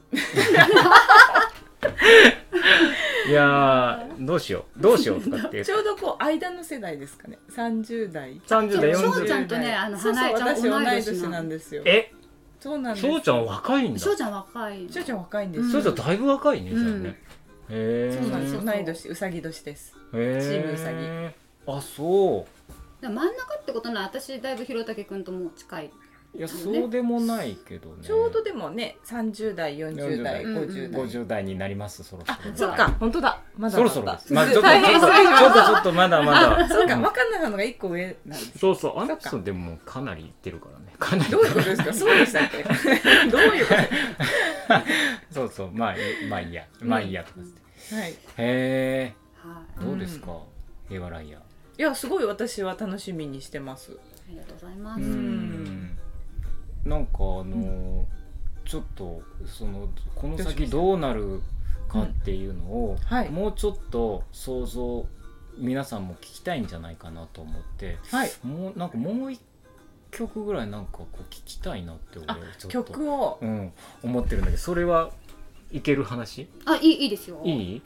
Speaker 1: いやーどうしようどうしようとかって
Speaker 2: ちょうどこう間の世代ですかね30代
Speaker 1: 三十代
Speaker 3: そう
Speaker 1: 四
Speaker 3: 翔ち
Speaker 1: 十
Speaker 3: ゃんとねあの
Speaker 2: そうそう
Speaker 3: 花江ちゃん
Speaker 2: 私同い
Speaker 3: 同い
Speaker 2: 年
Speaker 3: 年
Speaker 2: なんですよ
Speaker 1: え
Speaker 2: そうなんです
Speaker 1: そうちゃん若いんだ。
Speaker 3: 翔
Speaker 1: そう
Speaker 3: ちゃん若い
Speaker 2: しょうちゃん若いんです
Speaker 1: ちゃんだいぶ若いねじゃあ
Speaker 2: うん
Speaker 1: ね。へ
Speaker 2: そうなんです
Speaker 1: ー
Speaker 2: 同い年うさぎ年です
Speaker 1: へ
Speaker 2: チームうさ
Speaker 1: ーあそう。
Speaker 3: でも真ん中ってことなら私だいぶ広武くんとも近い
Speaker 1: いやそうでもないけどね。
Speaker 2: ちょうどでもね30代40代
Speaker 1: 40
Speaker 2: 50代
Speaker 1: 五十代になりますそろそろ。
Speaker 2: そっか本当だまだ
Speaker 1: そろそろ
Speaker 2: だ
Speaker 1: です。まあ、ちょっと、ち
Speaker 2: 大
Speaker 1: ょ
Speaker 2: 変
Speaker 1: っと、
Speaker 2: そう
Speaker 1: ちょっと、ちょっと、まだまだ。
Speaker 2: そうか
Speaker 1: ん
Speaker 2: 若菜さんのが一個上なんです
Speaker 1: そうそう、あの
Speaker 2: そ
Speaker 1: 人
Speaker 2: う
Speaker 1: でも、かなりいってるからね。かなり
Speaker 2: ど。ういうことですかそうでした っけどういうこ
Speaker 1: そうそう、まあ、まあ、いいや、まあ、いいやとかっつって。
Speaker 2: とはい
Speaker 1: へ
Speaker 3: は
Speaker 1: え、
Speaker 3: い
Speaker 1: どうですか。平和ライヤー。
Speaker 2: いやすごい私は楽しみにしてます
Speaker 3: ありがとうございま
Speaker 1: う
Speaker 3: す、
Speaker 1: ん
Speaker 2: ん。
Speaker 1: なんか、あのー、ちょっと、その、この先どうなるかっていうのを
Speaker 2: んは。い
Speaker 1: もうちょっと想像、皆さんも聞きたいんじゃないかなと思って。
Speaker 2: はい
Speaker 1: もう、なんか、もう一曲ぐらい、なんか、こう、聞きたいなって、俺
Speaker 2: あ、
Speaker 1: ちょっと。
Speaker 2: 曲を
Speaker 1: うん、思ってるんだけどそれはいける話
Speaker 3: あいいいいですよ
Speaker 1: いい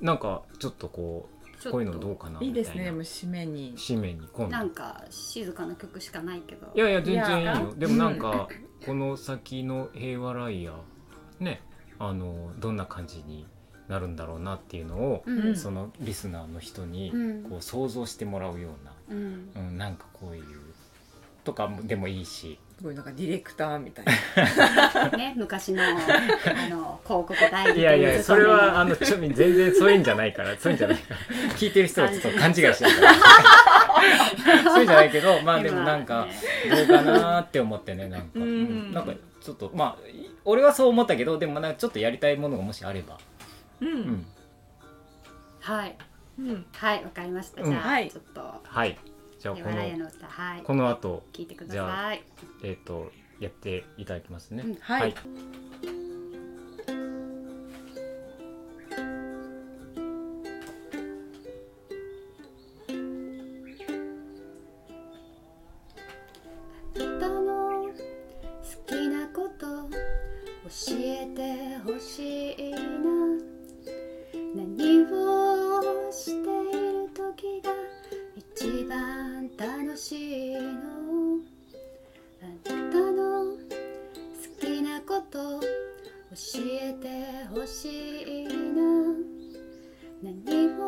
Speaker 1: なんかちょっとこ
Speaker 3: ち
Speaker 1: う
Speaker 3: ょっ
Speaker 1: こういうの
Speaker 3: と
Speaker 1: どうかない
Speaker 2: い
Speaker 1: み
Speaker 2: で
Speaker 1: た
Speaker 2: す
Speaker 1: い
Speaker 2: ね
Speaker 1: な
Speaker 2: もう締めに
Speaker 1: 紙面に今度
Speaker 3: なんか静かな曲しかないけど
Speaker 1: いやいや全然いい
Speaker 2: いや
Speaker 1: よでもなんかこの先の平和ライヤーねあのどんな感じになるんだろうなっていうのを、
Speaker 3: うん
Speaker 1: そのリスナーの人に
Speaker 3: うん
Speaker 1: こう想像してもらうよう
Speaker 3: うん
Speaker 1: な、うん、なんかこういうとかもでもいいし
Speaker 2: すごいなんかディレクターみたいな
Speaker 3: ね、昔のあの広告代理
Speaker 1: い
Speaker 3: 店
Speaker 1: やいや、
Speaker 3: に
Speaker 1: そ
Speaker 3: 勤
Speaker 1: れ
Speaker 3: める
Speaker 1: は、あの、ちょみ、全然そういうんじゃないから、そういうんじゃないから、聞いてる人はちょっと勘違いしてるから。そういうんじゃないけど、まあでもなんか、どうかなーって思ってね、なんか、
Speaker 2: うん
Speaker 1: うんなんか、ちょっと、まあ、い俺はそう思ったけど、でもなんかちょっとやりたいものがもしあれば、
Speaker 2: う
Speaker 1: うんん、
Speaker 3: はい
Speaker 2: うん
Speaker 3: はいわかりました
Speaker 1: うん
Speaker 3: じゃあ、
Speaker 2: はい
Speaker 3: ちょっと
Speaker 1: はい。じゃあ、
Speaker 3: 「
Speaker 1: こ
Speaker 3: わらや
Speaker 1: の、
Speaker 3: の歌」はい
Speaker 1: この後、
Speaker 3: 聞いてくだ
Speaker 1: じゃ
Speaker 3: さい
Speaker 1: えっと、やっていただきますね
Speaker 3: うん。
Speaker 2: はい
Speaker 3: あなたの好きなこと教えてほしいな何をしている時が一番楽しいのあなたの好きなこと教えてほしいな何を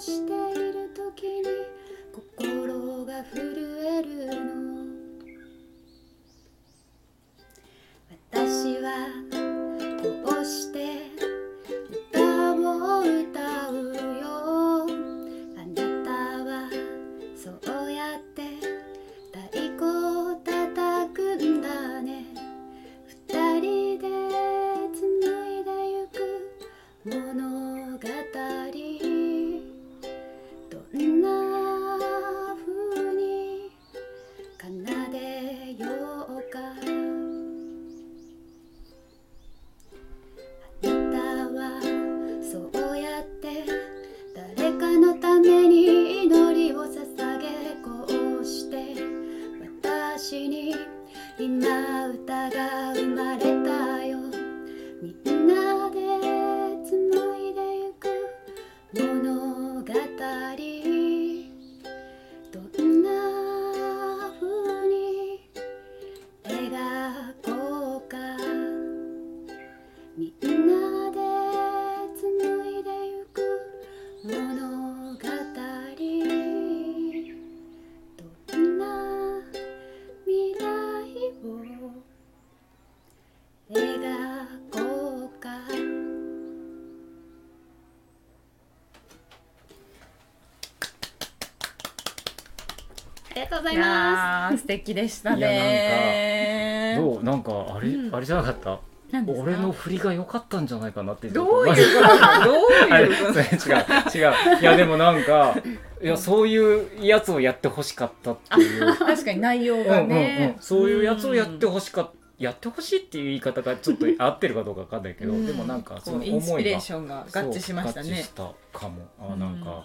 Speaker 3: している時に心が震えるの私はこうして歌を歌うよあなたはそうやって太鼓を叩くんだね二人で紡いでゆく物語どんな風に奏でようかあなたはそうやって誰かのために祈りを捧げこうして私に今歌が生まれたよみんなで紡いでゆく物語どんな風に描こうかみんなで紡いでゆく物語どんなりがとうござ
Speaker 4: い
Speaker 3: いま
Speaker 4: やー素敵でした
Speaker 1: い
Speaker 4: ね
Speaker 1: どうなんかあれ、
Speaker 4: うん
Speaker 1: あれじゃなかった
Speaker 2: なんですか
Speaker 1: 俺の振りが良かったんじゃないかなって
Speaker 4: どういうこと
Speaker 1: あ
Speaker 4: どう
Speaker 1: れ
Speaker 4: いう
Speaker 1: そ
Speaker 4: こと
Speaker 1: れ違う違ういやでもなんかいやそういうやつをやってほしかったっていう
Speaker 2: 確かに内容
Speaker 1: うんう
Speaker 2: が
Speaker 1: んうん
Speaker 2: ね、
Speaker 1: そういうやつをやってほしかったやってほしいっていう言い方がちょっと合ってるかどうかわかんないけど、
Speaker 4: うん
Speaker 1: でもなんかそ
Speaker 2: こ
Speaker 1: の思い
Speaker 2: うイ
Speaker 1: が
Speaker 2: ンスピレーションが合致しました
Speaker 1: そう合致
Speaker 2: ね
Speaker 1: したかもあなん
Speaker 2: うん
Speaker 1: か、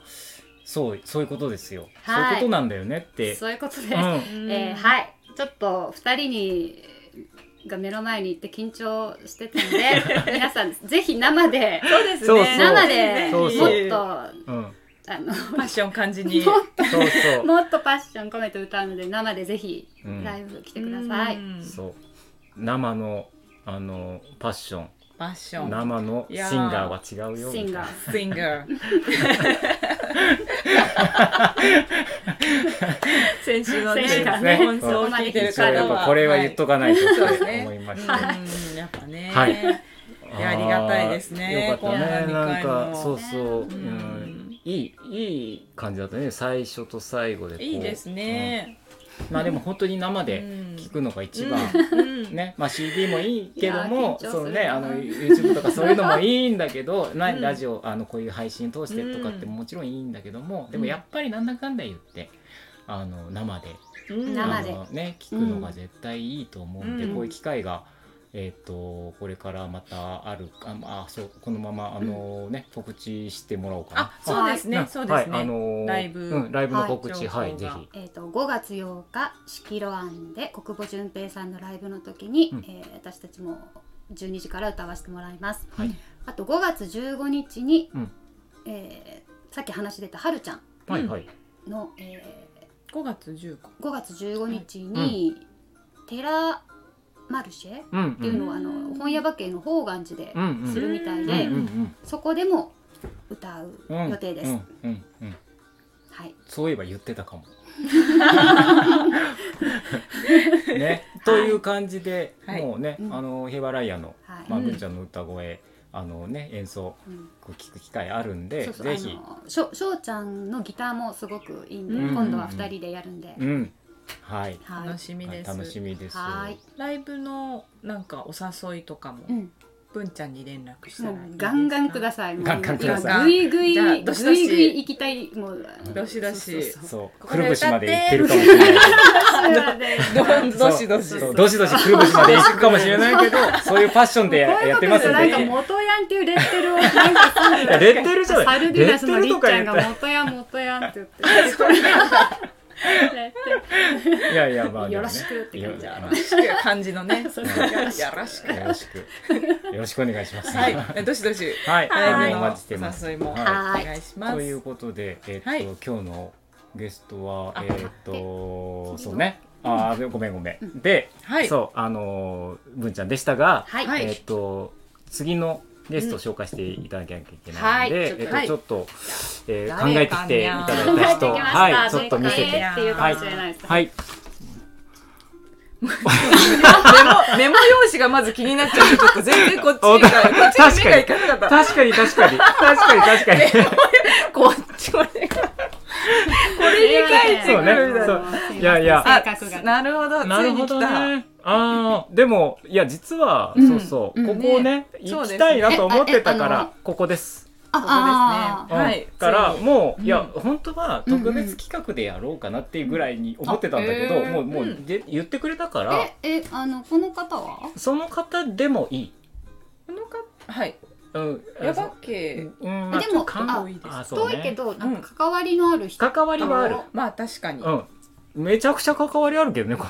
Speaker 1: そうそういうことですよ、
Speaker 3: は
Speaker 1: そ
Speaker 3: い
Speaker 1: ういうことなんだよねっ
Speaker 3: す
Speaker 1: て
Speaker 3: そういうことです、
Speaker 1: うん
Speaker 3: えーはいちょっと2人にが目の前に行って緊張してた ので皆さんぜひ生で
Speaker 2: そうです
Speaker 1: そうそう
Speaker 3: 生でも
Speaker 1: そう
Speaker 3: っ
Speaker 1: そう
Speaker 3: と
Speaker 1: う
Speaker 3: あ
Speaker 1: ん、
Speaker 3: の
Speaker 2: パッション感じに
Speaker 1: そうそう
Speaker 3: もっとパッション込めて歌うので生でぜひ
Speaker 1: うん
Speaker 3: ライブ来てください、
Speaker 2: うん
Speaker 1: そう生のあのパッション
Speaker 2: パッション
Speaker 1: 生のシンガーは違うよ
Speaker 3: シンガー
Speaker 2: シンガ ー先週のね
Speaker 3: 先週
Speaker 1: のね
Speaker 2: 放送を聞いてる
Speaker 1: 一応や
Speaker 2: 方
Speaker 1: っぱ
Speaker 2: は
Speaker 1: これは言っとかないとって
Speaker 2: はいそうですね
Speaker 1: 思いました、
Speaker 3: はい
Speaker 2: うんやっぱね、
Speaker 1: はい
Speaker 2: いやありがたいです
Speaker 1: あーよか
Speaker 2: ね
Speaker 1: った
Speaker 2: こ
Speaker 1: ね
Speaker 2: んな
Speaker 1: なん
Speaker 2: 二回も
Speaker 1: かそうそう、う
Speaker 2: うん
Speaker 1: ん、いいいい感じだったね最初と最後でこう
Speaker 2: いいです、ね、
Speaker 1: うんまあでも本当に生で
Speaker 2: うん
Speaker 1: 聞くのが一番、
Speaker 2: うん
Speaker 1: ねまあ、CD もいいけども
Speaker 3: いやー緊張するな
Speaker 1: その、ね、あの YouTube とかそういうのもいいんだけど、な
Speaker 2: うん
Speaker 1: ラジオあのこういう配信通してとかって
Speaker 2: うん
Speaker 1: もちろんいいんだけども、でもやっぱりなんだかんだ言ってあの生で
Speaker 2: うん
Speaker 3: 生で
Speaker 1: あの、ね、聞くのが絶対いいと思うんで、
Speaker 2: うん
Speaker 1: こういう機会が、えー、とこれからまたあるあまあそうこのままあの、ね告知してもらおうかな。
Speaker 2: あそうですね
Speaker 1: あ
Speaker 2: そうですね、
Speaker 1: はいあの
Speaker 2: ライブ
Speaker 1: うん、ライブの告知、
Speaker 2: は
Speaker 1: はいい、ぜ
Speaker 2: 情報が
Speaker 1: ひ。
Speaker 3: えー、と5月8日「しきろあん」で小久保純平さんのライブの時に、
Speaker 1: うん
Speaker 3: えー私たちも12時から歌わせてもらいます
Speaker 1: はい、
Speaker 3: あと5月15日に、
Speaker 1: うん
Speaker 3: えーさっき話出たはるちゃん
Speaker 1: はい、はい、
Speaker 3: の、え
Speaker 2: 5月15日
Speaker 3: ー5月15日に、テラマルシェっ
Speaker 1: うん、うん、
Speaker 3: ていうのを、
Speaker 2: うん
Speaker 3: あの本屋馬券の宝願寺で
Speaker 1: うん、うん、
Speaker 3: するみたい
Speaker 1: うん、
Speaker 3: で、
Speaker 1: うん、
Speaker 3: そこでも歌う
Speaker 1: うん、
Speaker 3: 予定です、
Speaker 1: うん、うん、うん、
Speaker 3: はい
Speaker 1: そういえば言ってた かも。ね、という感じで、
Speaker 2: はい
Speaker 1: もうね、
Speaker 3: うん
Speaker 1: あのヘバライアの、
Speaker 3: はい、
Speaker 1: まあ、
Speaker 2: うん
Speaker 1: ぐんちゃんの歌声、あのね、演奏。
Speaker 3: うん
Speaker 1: 聞く機会あるんで
Speaker 3: そうそう
Speaker 1: ぜひ
Speaker 3: あのしょしょうちゃんのギターもすごくいいんで、
Speaker 2: うん
Speaker 3: 今度は2人でやるんで、
Speaker 1: うんはい
Speaker 3: はい
Speaker 2: 楽しみです、
Speaker 1: 楽しみです
Speaker 3: はい
Speaker 2: ライブのなんかお誘いとかも、
Speaker 3: うん、
Speaker 2: ぶんちゃんに連絡したら
Speaker 3: もう
Speaker 2: いいですか
Speaker 3: ガンガンください。もう
Speaker 1: ガンガンくだ
Speaker 2: さい
Speaker 3: ぐいぐい、
Speaker 2: じゃあ
Speaker 3: ぐ
Speaker 2: どしどし
Speaker 3: いぐい行きたい、もう。
Speaker 2: どしどし
Speaker 3: そうそう
Speaker 1: そう
Speaker 2: こ
Speaker 1: く
Speaker 2: こ
Speaker 1: る
Speaker 2: で
Speaker 1: ぶし
Speaker 2: 歌
Speaker 1: ま
Speaker 2: って
Speaker 1: で行ってるかもしれない
Speaker 3: そう
Speaker 2: どんどしどし
Speaker 1: そうそうどしどしくるぶしまで行くかもしれないけどそういうファッションで
Speaker 3: こういう
Speaker 1: やっ
Speaker 3: こ
Speaker 1: て
Speaker 3: と
Speaker 1: ます
Speaker 3: す
Speaker 1: んで
Speaker 3: るなんか元ヤンっていうレッテルをなんかす
Speaker 1: いやレッテルじゃ
Speaker 3: る
Speaker 1: な
Speaker 3: サ
Speaker 1: いレ
Speaker 3: ル
Speaker 1: ッ
Speaker 3: ディナ
Speaker 1: テ
Speaker 3: スのり
Speaker 1: ルと
Speaker 3: っち
Speaker 1: か
Speaker 3: ゃ
Speaker 1: 言
Speaker 3: ん
Speaker 1: っ
Speaker 3: が
Speaker 1: たら
Speaker 3: 元ヤン元ヤンって言って
Speaker 1: いやいやまあでもね
Speaker 3: よろしくって感
Speaker 1: い
Speaker 3: じ
Speaker 1: や
Speaker 2: よ
Speaker 1: ま
Speaker 2: ろしく感じのね
Speaker 3: そうそう
Speaker 2: よろしく
Speaker 1: あよろしくよろしくお願いします
Speaker 2: は
Speaker 1: はい
Speaker 2: いどしどし
Speaker 1: あ
Speaker 2: ライ
Speaker 1: の
Speaker 2: ブ
Speaker 1: お
Speaker 2: の
Speaker 1: 待ちしてます
Speaker 2: お誘いもお
Speaker 1: は
Speaker 3: はい
Speaker 2: 願いし
Speaker 1: い
Speaker 2: ます
Speaker 1: ということでえっと
Speaker 2: はい
Speaker 1: 今日のゲストは
Speaker 2: あ
Speaker 1: えっとそうねあーごめんごめんで
Speaker 2: はい
Speaker 1: そうあのー文ちゃんでしたが
Speaker 3: はい、
Speaker 2: はい
Speaker 1: えっと次のゲストを紹介していただかなきゃいけないので、
Speaker 3: うん
Speaker 1: えっ
Speaker 2: はい
Speaker 1: とちょっと、えー考
Speaker 4: 誰
Speaker 1: えてきていただい
Speaker 3: 帰
Speaker 1: た
Speaker 3: って
Speaker 1: 人、
Speaker 3: きました、
Speaker 1: はい、ちょっと見せ
Speaker 3: 絶対
Speaker 1: て、
Speaker 3: っていうかもしれないです、
Speaker 1: はい、
Speaker 2: メモメモ用紙がまず気になっちゃうちょっと全然こっちがこ
Speaker 1: お
Speaker 2: っちに目がいかなかった
Speaker 1: 確かに確かに確かに確かに、
Speaker 2: こっちこれがこれに書いて
Speaker 1: そう
Speaker 2: くるみ
Speaker 1: ね
Speaker 2: たい
Speaker 1: そ
Speaker 2: な
Speaker 1: ういやいや
Speaker 3: 性格が
Speaker 2: あなるほ ど
Speaker 1: な
Speaker 2: つ
Speaker 1: る
Speaker 2: い
Speaker 1: ほ
Speaker 2: に来
Speaker 1: ど
Speaker 2: た
Speaker 1: ね。ああ、でもいや実は、
Speaker 3: うん
Speaker 1: そうそう、
Speaker 3: う
Speaker 1: こ
Speaker 3: ん
Speaker 1: こをね
Speaker 2: ね
Speaker 1: 行きたいなと思ってたか
Speaker 3: そう
Speaker 1: ら
Speaker 3: で、
Speaker 1: ここです。
Speaker 3: あ
Speaker 2: ここです
Speaker 1: う
Speaker 2: ね
Speaker 1: ん
Speaker 2: はい
Speaker 1: から
Speaker 2: ついに
Speaker 1: もう、
Speaker 2: うん
Speaker 1: いや本当は特別企画でやろうかなっていうぐらいに思ってたんだけど、
Speaker 2: うんあ
Speaker 1: もう
Speaker 2: うん
Speaker 1: もうで言ってくれたから、
Speaker 3: ーええあのこの方は
Speaker 1: その方でもいい。
Speaker 2: このかはい
Speaker 1: うん、
Speaker 2: ヤバ系
Speaker 1: うん、
Speaker 3: でも
Speaker 1: かん
Speaker 3: あ
Speaker 2: 多いです
Speaker 1: あそう
Speaker 3: 遠
Speaker 1: ね
Speaker 3: いけど、なんか関わりのある人、
Speaker 1: 関わりはある。
Speaker 2: まあ確かに
Speaker 1: うん。めちゃくちゃ関わりあるけどね、こ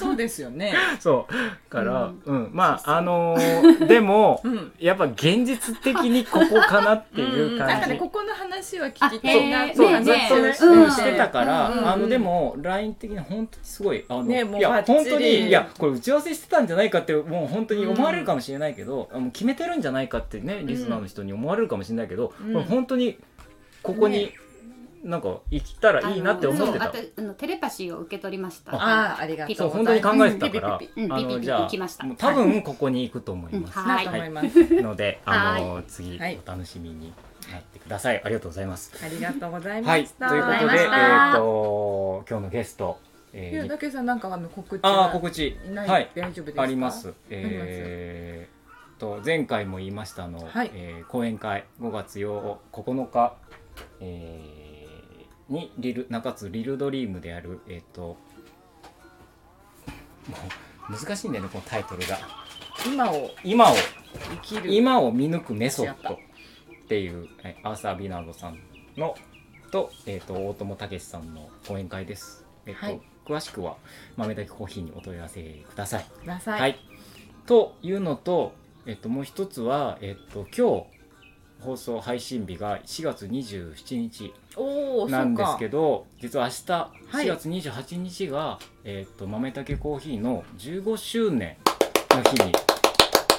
Speaker 2: そうですよね
Speaker 1: のそう。から、
Speaker 3: う
Speaker 1: うん
Speaker 3: ん、
Speaker 1: まあ、あのーでも
Speaker 2: う、ん
Speaker 1: やっぱ現実的にここかなっていう
Speaker 2: なん
Speaker 1: 感
Speaker 2: か
Speaker 1: じ。
Speaker 2: ねここの話は聞きた
Speaker 3: あへ
Speaker 2: い
Speaker 3: ー
Speaker 2: な
Speaker 1: そう、
Speaker 3: ね
Speaker 1: ずっとね、
Speaker 3: うん
Speaker 1: うんしてたから、
Speaker 2: うんうん
Speaker 1: あの、でも、LINE 的に本当にすごい、あの、
Speaker 2: ねもう
Speaker 1: いや、
Speaker 2: バッチリ
Speaker 1: 本当に、いや、これ打ち合わせしてたんじゃないかって、もう本当に思われるかもしれないけど、あの決めてるんじゃないかってね、リスナーの人に思われるかもしれないけど、
Speaker 2: うん
Speaker 1: これ本当に、ここに、
Speaker 2: ね
Speaker 1: なんか、生きたらいいなって思って
Speaker 3: あ
Speaker 1: た
Speaker 3: の。そうあとあのテレパシーを受け取りました
Speaker 2: ああありがとう
Speaker 1: そう
Speaker 2: ご
Speaker 1: 本
Speaker 2: ざ
Speaker 1: 当
Speaker 2: い
Speaker 1: に
Speaker 2: ます
Speaker 1: 考えてたから
Speaker 3: ピピピピう、ん
Speaker 1: あ
Speaker 3: ピピ
Speaker 1: の
Speaker 3: ピ
Speaker 1: じゃ
Speaker 3: 行きました
Speaker 1: あもう多分ここに行くと思います
Speaker 3: うん
Speaker 2: なと思います
Speaker 1: ので、あの次
Speaker 2: はい
Speaker 1: お楽しみになってください。ありがとうございます。
Speaker 4: ありがとうございま
Speaker 1: はい、
Speaker 4: し
Speaker 1: と
Speaker 4: た。
Speaker 1: いうこと
Speaker 3: ありがとうございま
Speaker 1: で、えっ、
Speaker 3: した
Speaker 1: と、今日のゲスト。え
Speaker 2: いや
Speaker 1: ー
Speaker 2: だけさんなんかあの告知
Speaker 1: ああ、
Speaker 2: は
Speaker 1: 告知。
Speaker 2: いない、
Speaker 1: はい、
Speaker 2: 大丈夫ですか
Speaker 1: あります。えー、と、前回も言いましたあの、
Speaker 2: はい
Speaker 1: えー講演会5月8日、9日。えーにリル中津リルドリームである、えっ、と。もう難しいんだよね、このタイトルが。
Speaker 2: 今を
Speaker 1: 今を。
Speaker 2: 生きる
Speaker 1: 今を見抜くメソッド
Speaker 2: や
Speaker 1: っ
Speaker 2: って
Speaker 1: いうはいアーサー・ビナードさんのと,、えー、と大友武さんの講演会です。えっと
Speaker 2: はい
Speaker 1: 詳しくは豆だけコーヒーにお問い合わせください。
Speaker 2: くださ、
Speaker 1: はいい、というのと,、えっともう一つは、えっと今日放送配信日が4月27日
Speaker 2: おおそ
Speaker 1: なん
Speaker 2: う
Speaker 1: です
Speaker 2: か
Speaker 1: けど実は明日4
Speaker 2: い
Speaker 1: 月28日が、えっと豆だけコーヒーの15周年の日に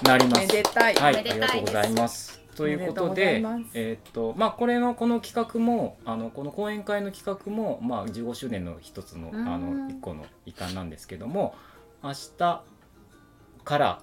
Speaker 1: なります。
Speaker 2: めでたい、
Speaker 1: はい、
Speaker 3: お
Speaker 1: あ
Speaker 3: めで
Speaker 1: り
Speaker 3: た
Speaker 1: がとうご
Speaker 3: いです
Speaker 1: ざいます。ということ
Speaker 2: おめで
Speaker 1: で、
Speaker 2: とうございます
Speaker 1: えーっとまあこれのこの企画もあのこの講演会の企画もまあ15周年の一つの
Speaker 2: うん
Speaker 1: あの一個の一環なんですけども、明日から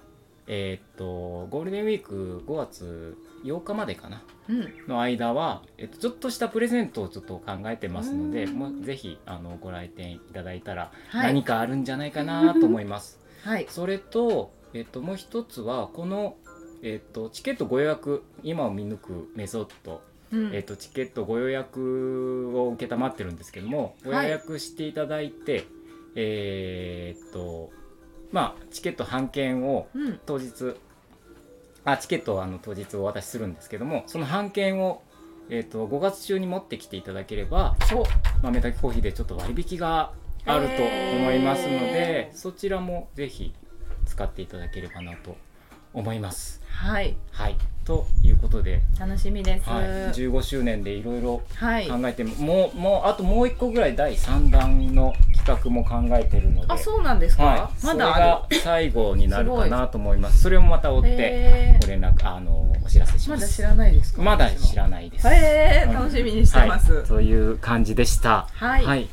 Speaker 1: えーっとゴールデンウィーク5月8日までかな
Speaker 2: うん、
Speaker 1: の間は、えっと、ちょっとしたプレゼントをちょっと考えてますので、
Speaker 2: うん
Speaker 1: もうぜひあのご来店いただいたら
Speaker 2: は
Speaker 1: 何
Speaker 2: い、
Speaker 1: かあるんじゃないかなと思います。
Speaker 2: はい、
Speaker 1: それと、えっと、もう一つはこの、えっと、チケットご予約今を見抜くメソッド、
Speaker 2: うん
Speaker 1: えっと、チケットご予約を承ってるんですけどもご予
Speaker 2: はい
Speaker 1: 約していただいて、えーっとまあチケット半券を
Speaker 2: うん、
Speaker 1: 当日あチケットをあの当日お渡しするんですけどもその半券を、えっと5月中に持ってきていただければ
Speaker 2: そう
Speaker 1: 豆炊きコーヒーでちょっと割引があると思いますので、
Speaker 2: へー
Speaker 1: そちらもぜひ使っていただければなと思います。
Speaker 2: はい
Speaker 1: はい、ということで、
Speaker 2: 楽しみです
Speaker 1: はい、15周年でいろいろ
Speaker 2: はい、
Speaker 1: 考えて、もうもうあともう1個ぐらい第3弾の企画も考えてるので
Speaker 2: あそうなんですか、
Speaker 1: はい、
Speaker 2: まだある
Speaker 1: それが最後になるかなと思いますそれをまた追って
Speaker 2: へー
Speaker 1: ご連絡あのお知らせし
Speaker 2: ま
Speaker 1: ま
Speaker 2: だ知
Speaker 1: す。
Speaker 2: らないですか
Speaker 1: まだ知らないです。
Speaker 2: へ
Speaker 1: う
Speaker 2: え
Speaker 1: ん
Speaker 2: 楽しみにしてます、
Speaker 1: はい、という感じでした。
Speaker 2: はい
Speaker 1: はい。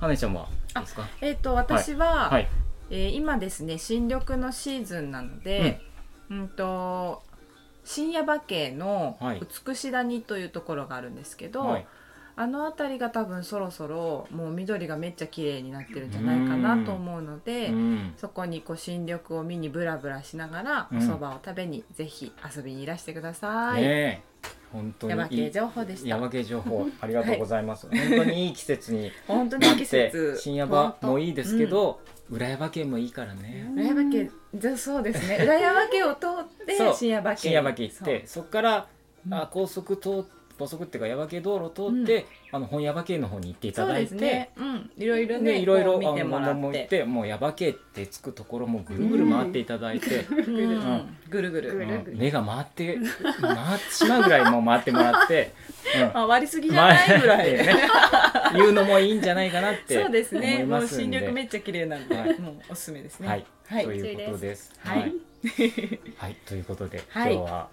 Speaker 1: はねちゃんはどうですか。
Speaker 2: えっ、と私は、
Speaker 1: はい。
Speaker 4: えー今ですね新緑のシーズンなので、うん、と深夜馬渓の
Speaker 1: はい
Speaker 4: 美し谷というところがあるんですけど、
Speaker 1: はい。
Speaker 4: あの辺りが多分そろそろもう緑がめっちゃ綺麗になってるんじゃないかなと思うので。
Speaker 1: うん
Speaker 4: そこにこう新緑を見にブラブラしながら
Speaker 1: う
Speaker 4: お
Speaker 1: ん
Speaker 4: 蕎麦を食べにぜひ遊びにいらしてください。
Speaker 1: ねえ、本当にいい。
Speaker 4: 山系情報でした。
Speaker 1: ヤバ系情報ありがとうございます。本当にいい季節に
Speaker 4: 本当に
Speaker 1: なっ
Speaker 4: 季
Speaker 1: て
Speaker 4: 節、。
Speaker 1: 新ヤバもいいですけど、裏ヤバ系もいいからね。
Speaker 4: 裏山家じゃそうですね。裏山家を通って
Speaker 1: そう
Speaker 4: 新山家。
Speaker 1: 新ヤバ系行って、そこから、
Speaker 4: うん
Speaker 1: あ高速通高速っていうかヤバ系道路通って、あの本ヤバ系の方に行ってい
Speaker 4: そ
Speaker 1: た
Speaker 4: う。そう
Speaker 1: だ
Speaker 4: で
Speaker 1: い
Speaker 4: す
Speaker 1: て。
Speaker 4: ね。うん。いろいろね、
Speaker 1: ね、いろいろ
Speaker 4: こう
Speaker 1: あ
Speaker 4: 見て
Speaker 1: の
Speaker 4: もら
Speaker 1: もの
Speaker 4: っ。
Speaker 1: も行っててもうヤバ系ってつくところもぐるぐる回っていた だいて、
Speaker 4: うんぐるぐ
Speaker 3: ぐ
Speaker 4: る。
Speaker 3: るぐ
Speaker 1: う
Speaker 3: る
Speaker 1: ん目が回って回ってしまうぐらいもう回っても らって、うん、
Speaker 2: 回りすぎじゃないぐらい、
Speaker 1: 前ね 言うのもいいんじゃないかなって
Speaker 2: そうです
Speaker 1: 思
Speaker 2: ね
Speaker 1: い
Speaker 2: も
Speaker 1: ま
Speaker 2: う
Speaker 1: すん
Speaker 2: 新
Speaker 1: で
Speaker 2: 緑めっちゃ綺麗なんで、
Speaker 1: はい
Speaker 2: もうおすすめですね
Speaker 1: はい、
Speaker 2: はい
Speaker 1: ということです
Speaker 2: はい
Speaker 1: はい、はいということで、
Speaker 2: はい
Speaker 1: 今日は、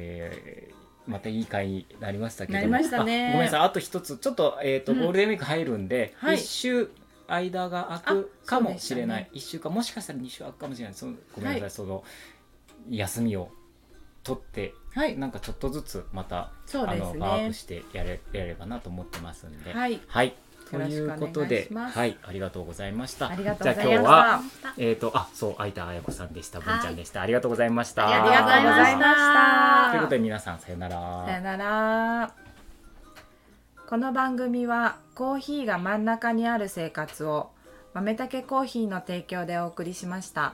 Speaker 1: えーまたいい回になりましたけど
Speaker 2: なりましたね
Speaker 1: あごめんなさいあと一つちょっと,、えーと
Speaker 2: うん
Speaker 1: ゴールデンウィーク入るんで、一
Speaker 2: はい
Speaker 1: 週間が空くか
Speaker 2: あそう
Speaker 1: も
Speaker 2: でし
Speaker 1: した
Speaker 2: ね
Speaker 1: れない、一週間もしかしたら二週空くかもしれないそのごめんなさい、
Speaker 2: はい
Speaker 1: その休みを取って
Speaker 2: はい
Speaker 1: なんかちょっとずつまた
Speaker 2: そう
Speaker 1: あ
Speaker 2: で
Speaker 1: の
Speaker 2: す
Speaker 1: ワー
Speaker 2: ね
Speaker 1: クしてやれやれればなと思ってますんで。
Speaker 2: はい
Speaker 1: はい。と
Speaker 2: よろし
Speaker 1: い
Speaker 2: くお
Speaker 1: う
Speaker 2: 願い
Speaker 1: ことで
Speaker 2: し、ます
Speaker 1: はい、ありがとうございました。
Speaker 2: ありがとうございました
Speaker 1: じゃあ今日は、
Speaker 3: あ
Speaker 1: えっ、と、あ、そう、相田彩子さんでした、
Speaker 3: い
Speaker 1: 文ちゃんでした。ありがとうございました。
Speaker 3: あ
Speaker 2: ありがとうございまし
Speaker 1: という
Speaker 2: た
Speaker 1: ことで、皆さん、さよなら。
Speaker 4: さよなら。この番組はコーヒーが真ん中にある生活を豆たけコーヒーの提供でお送りしました。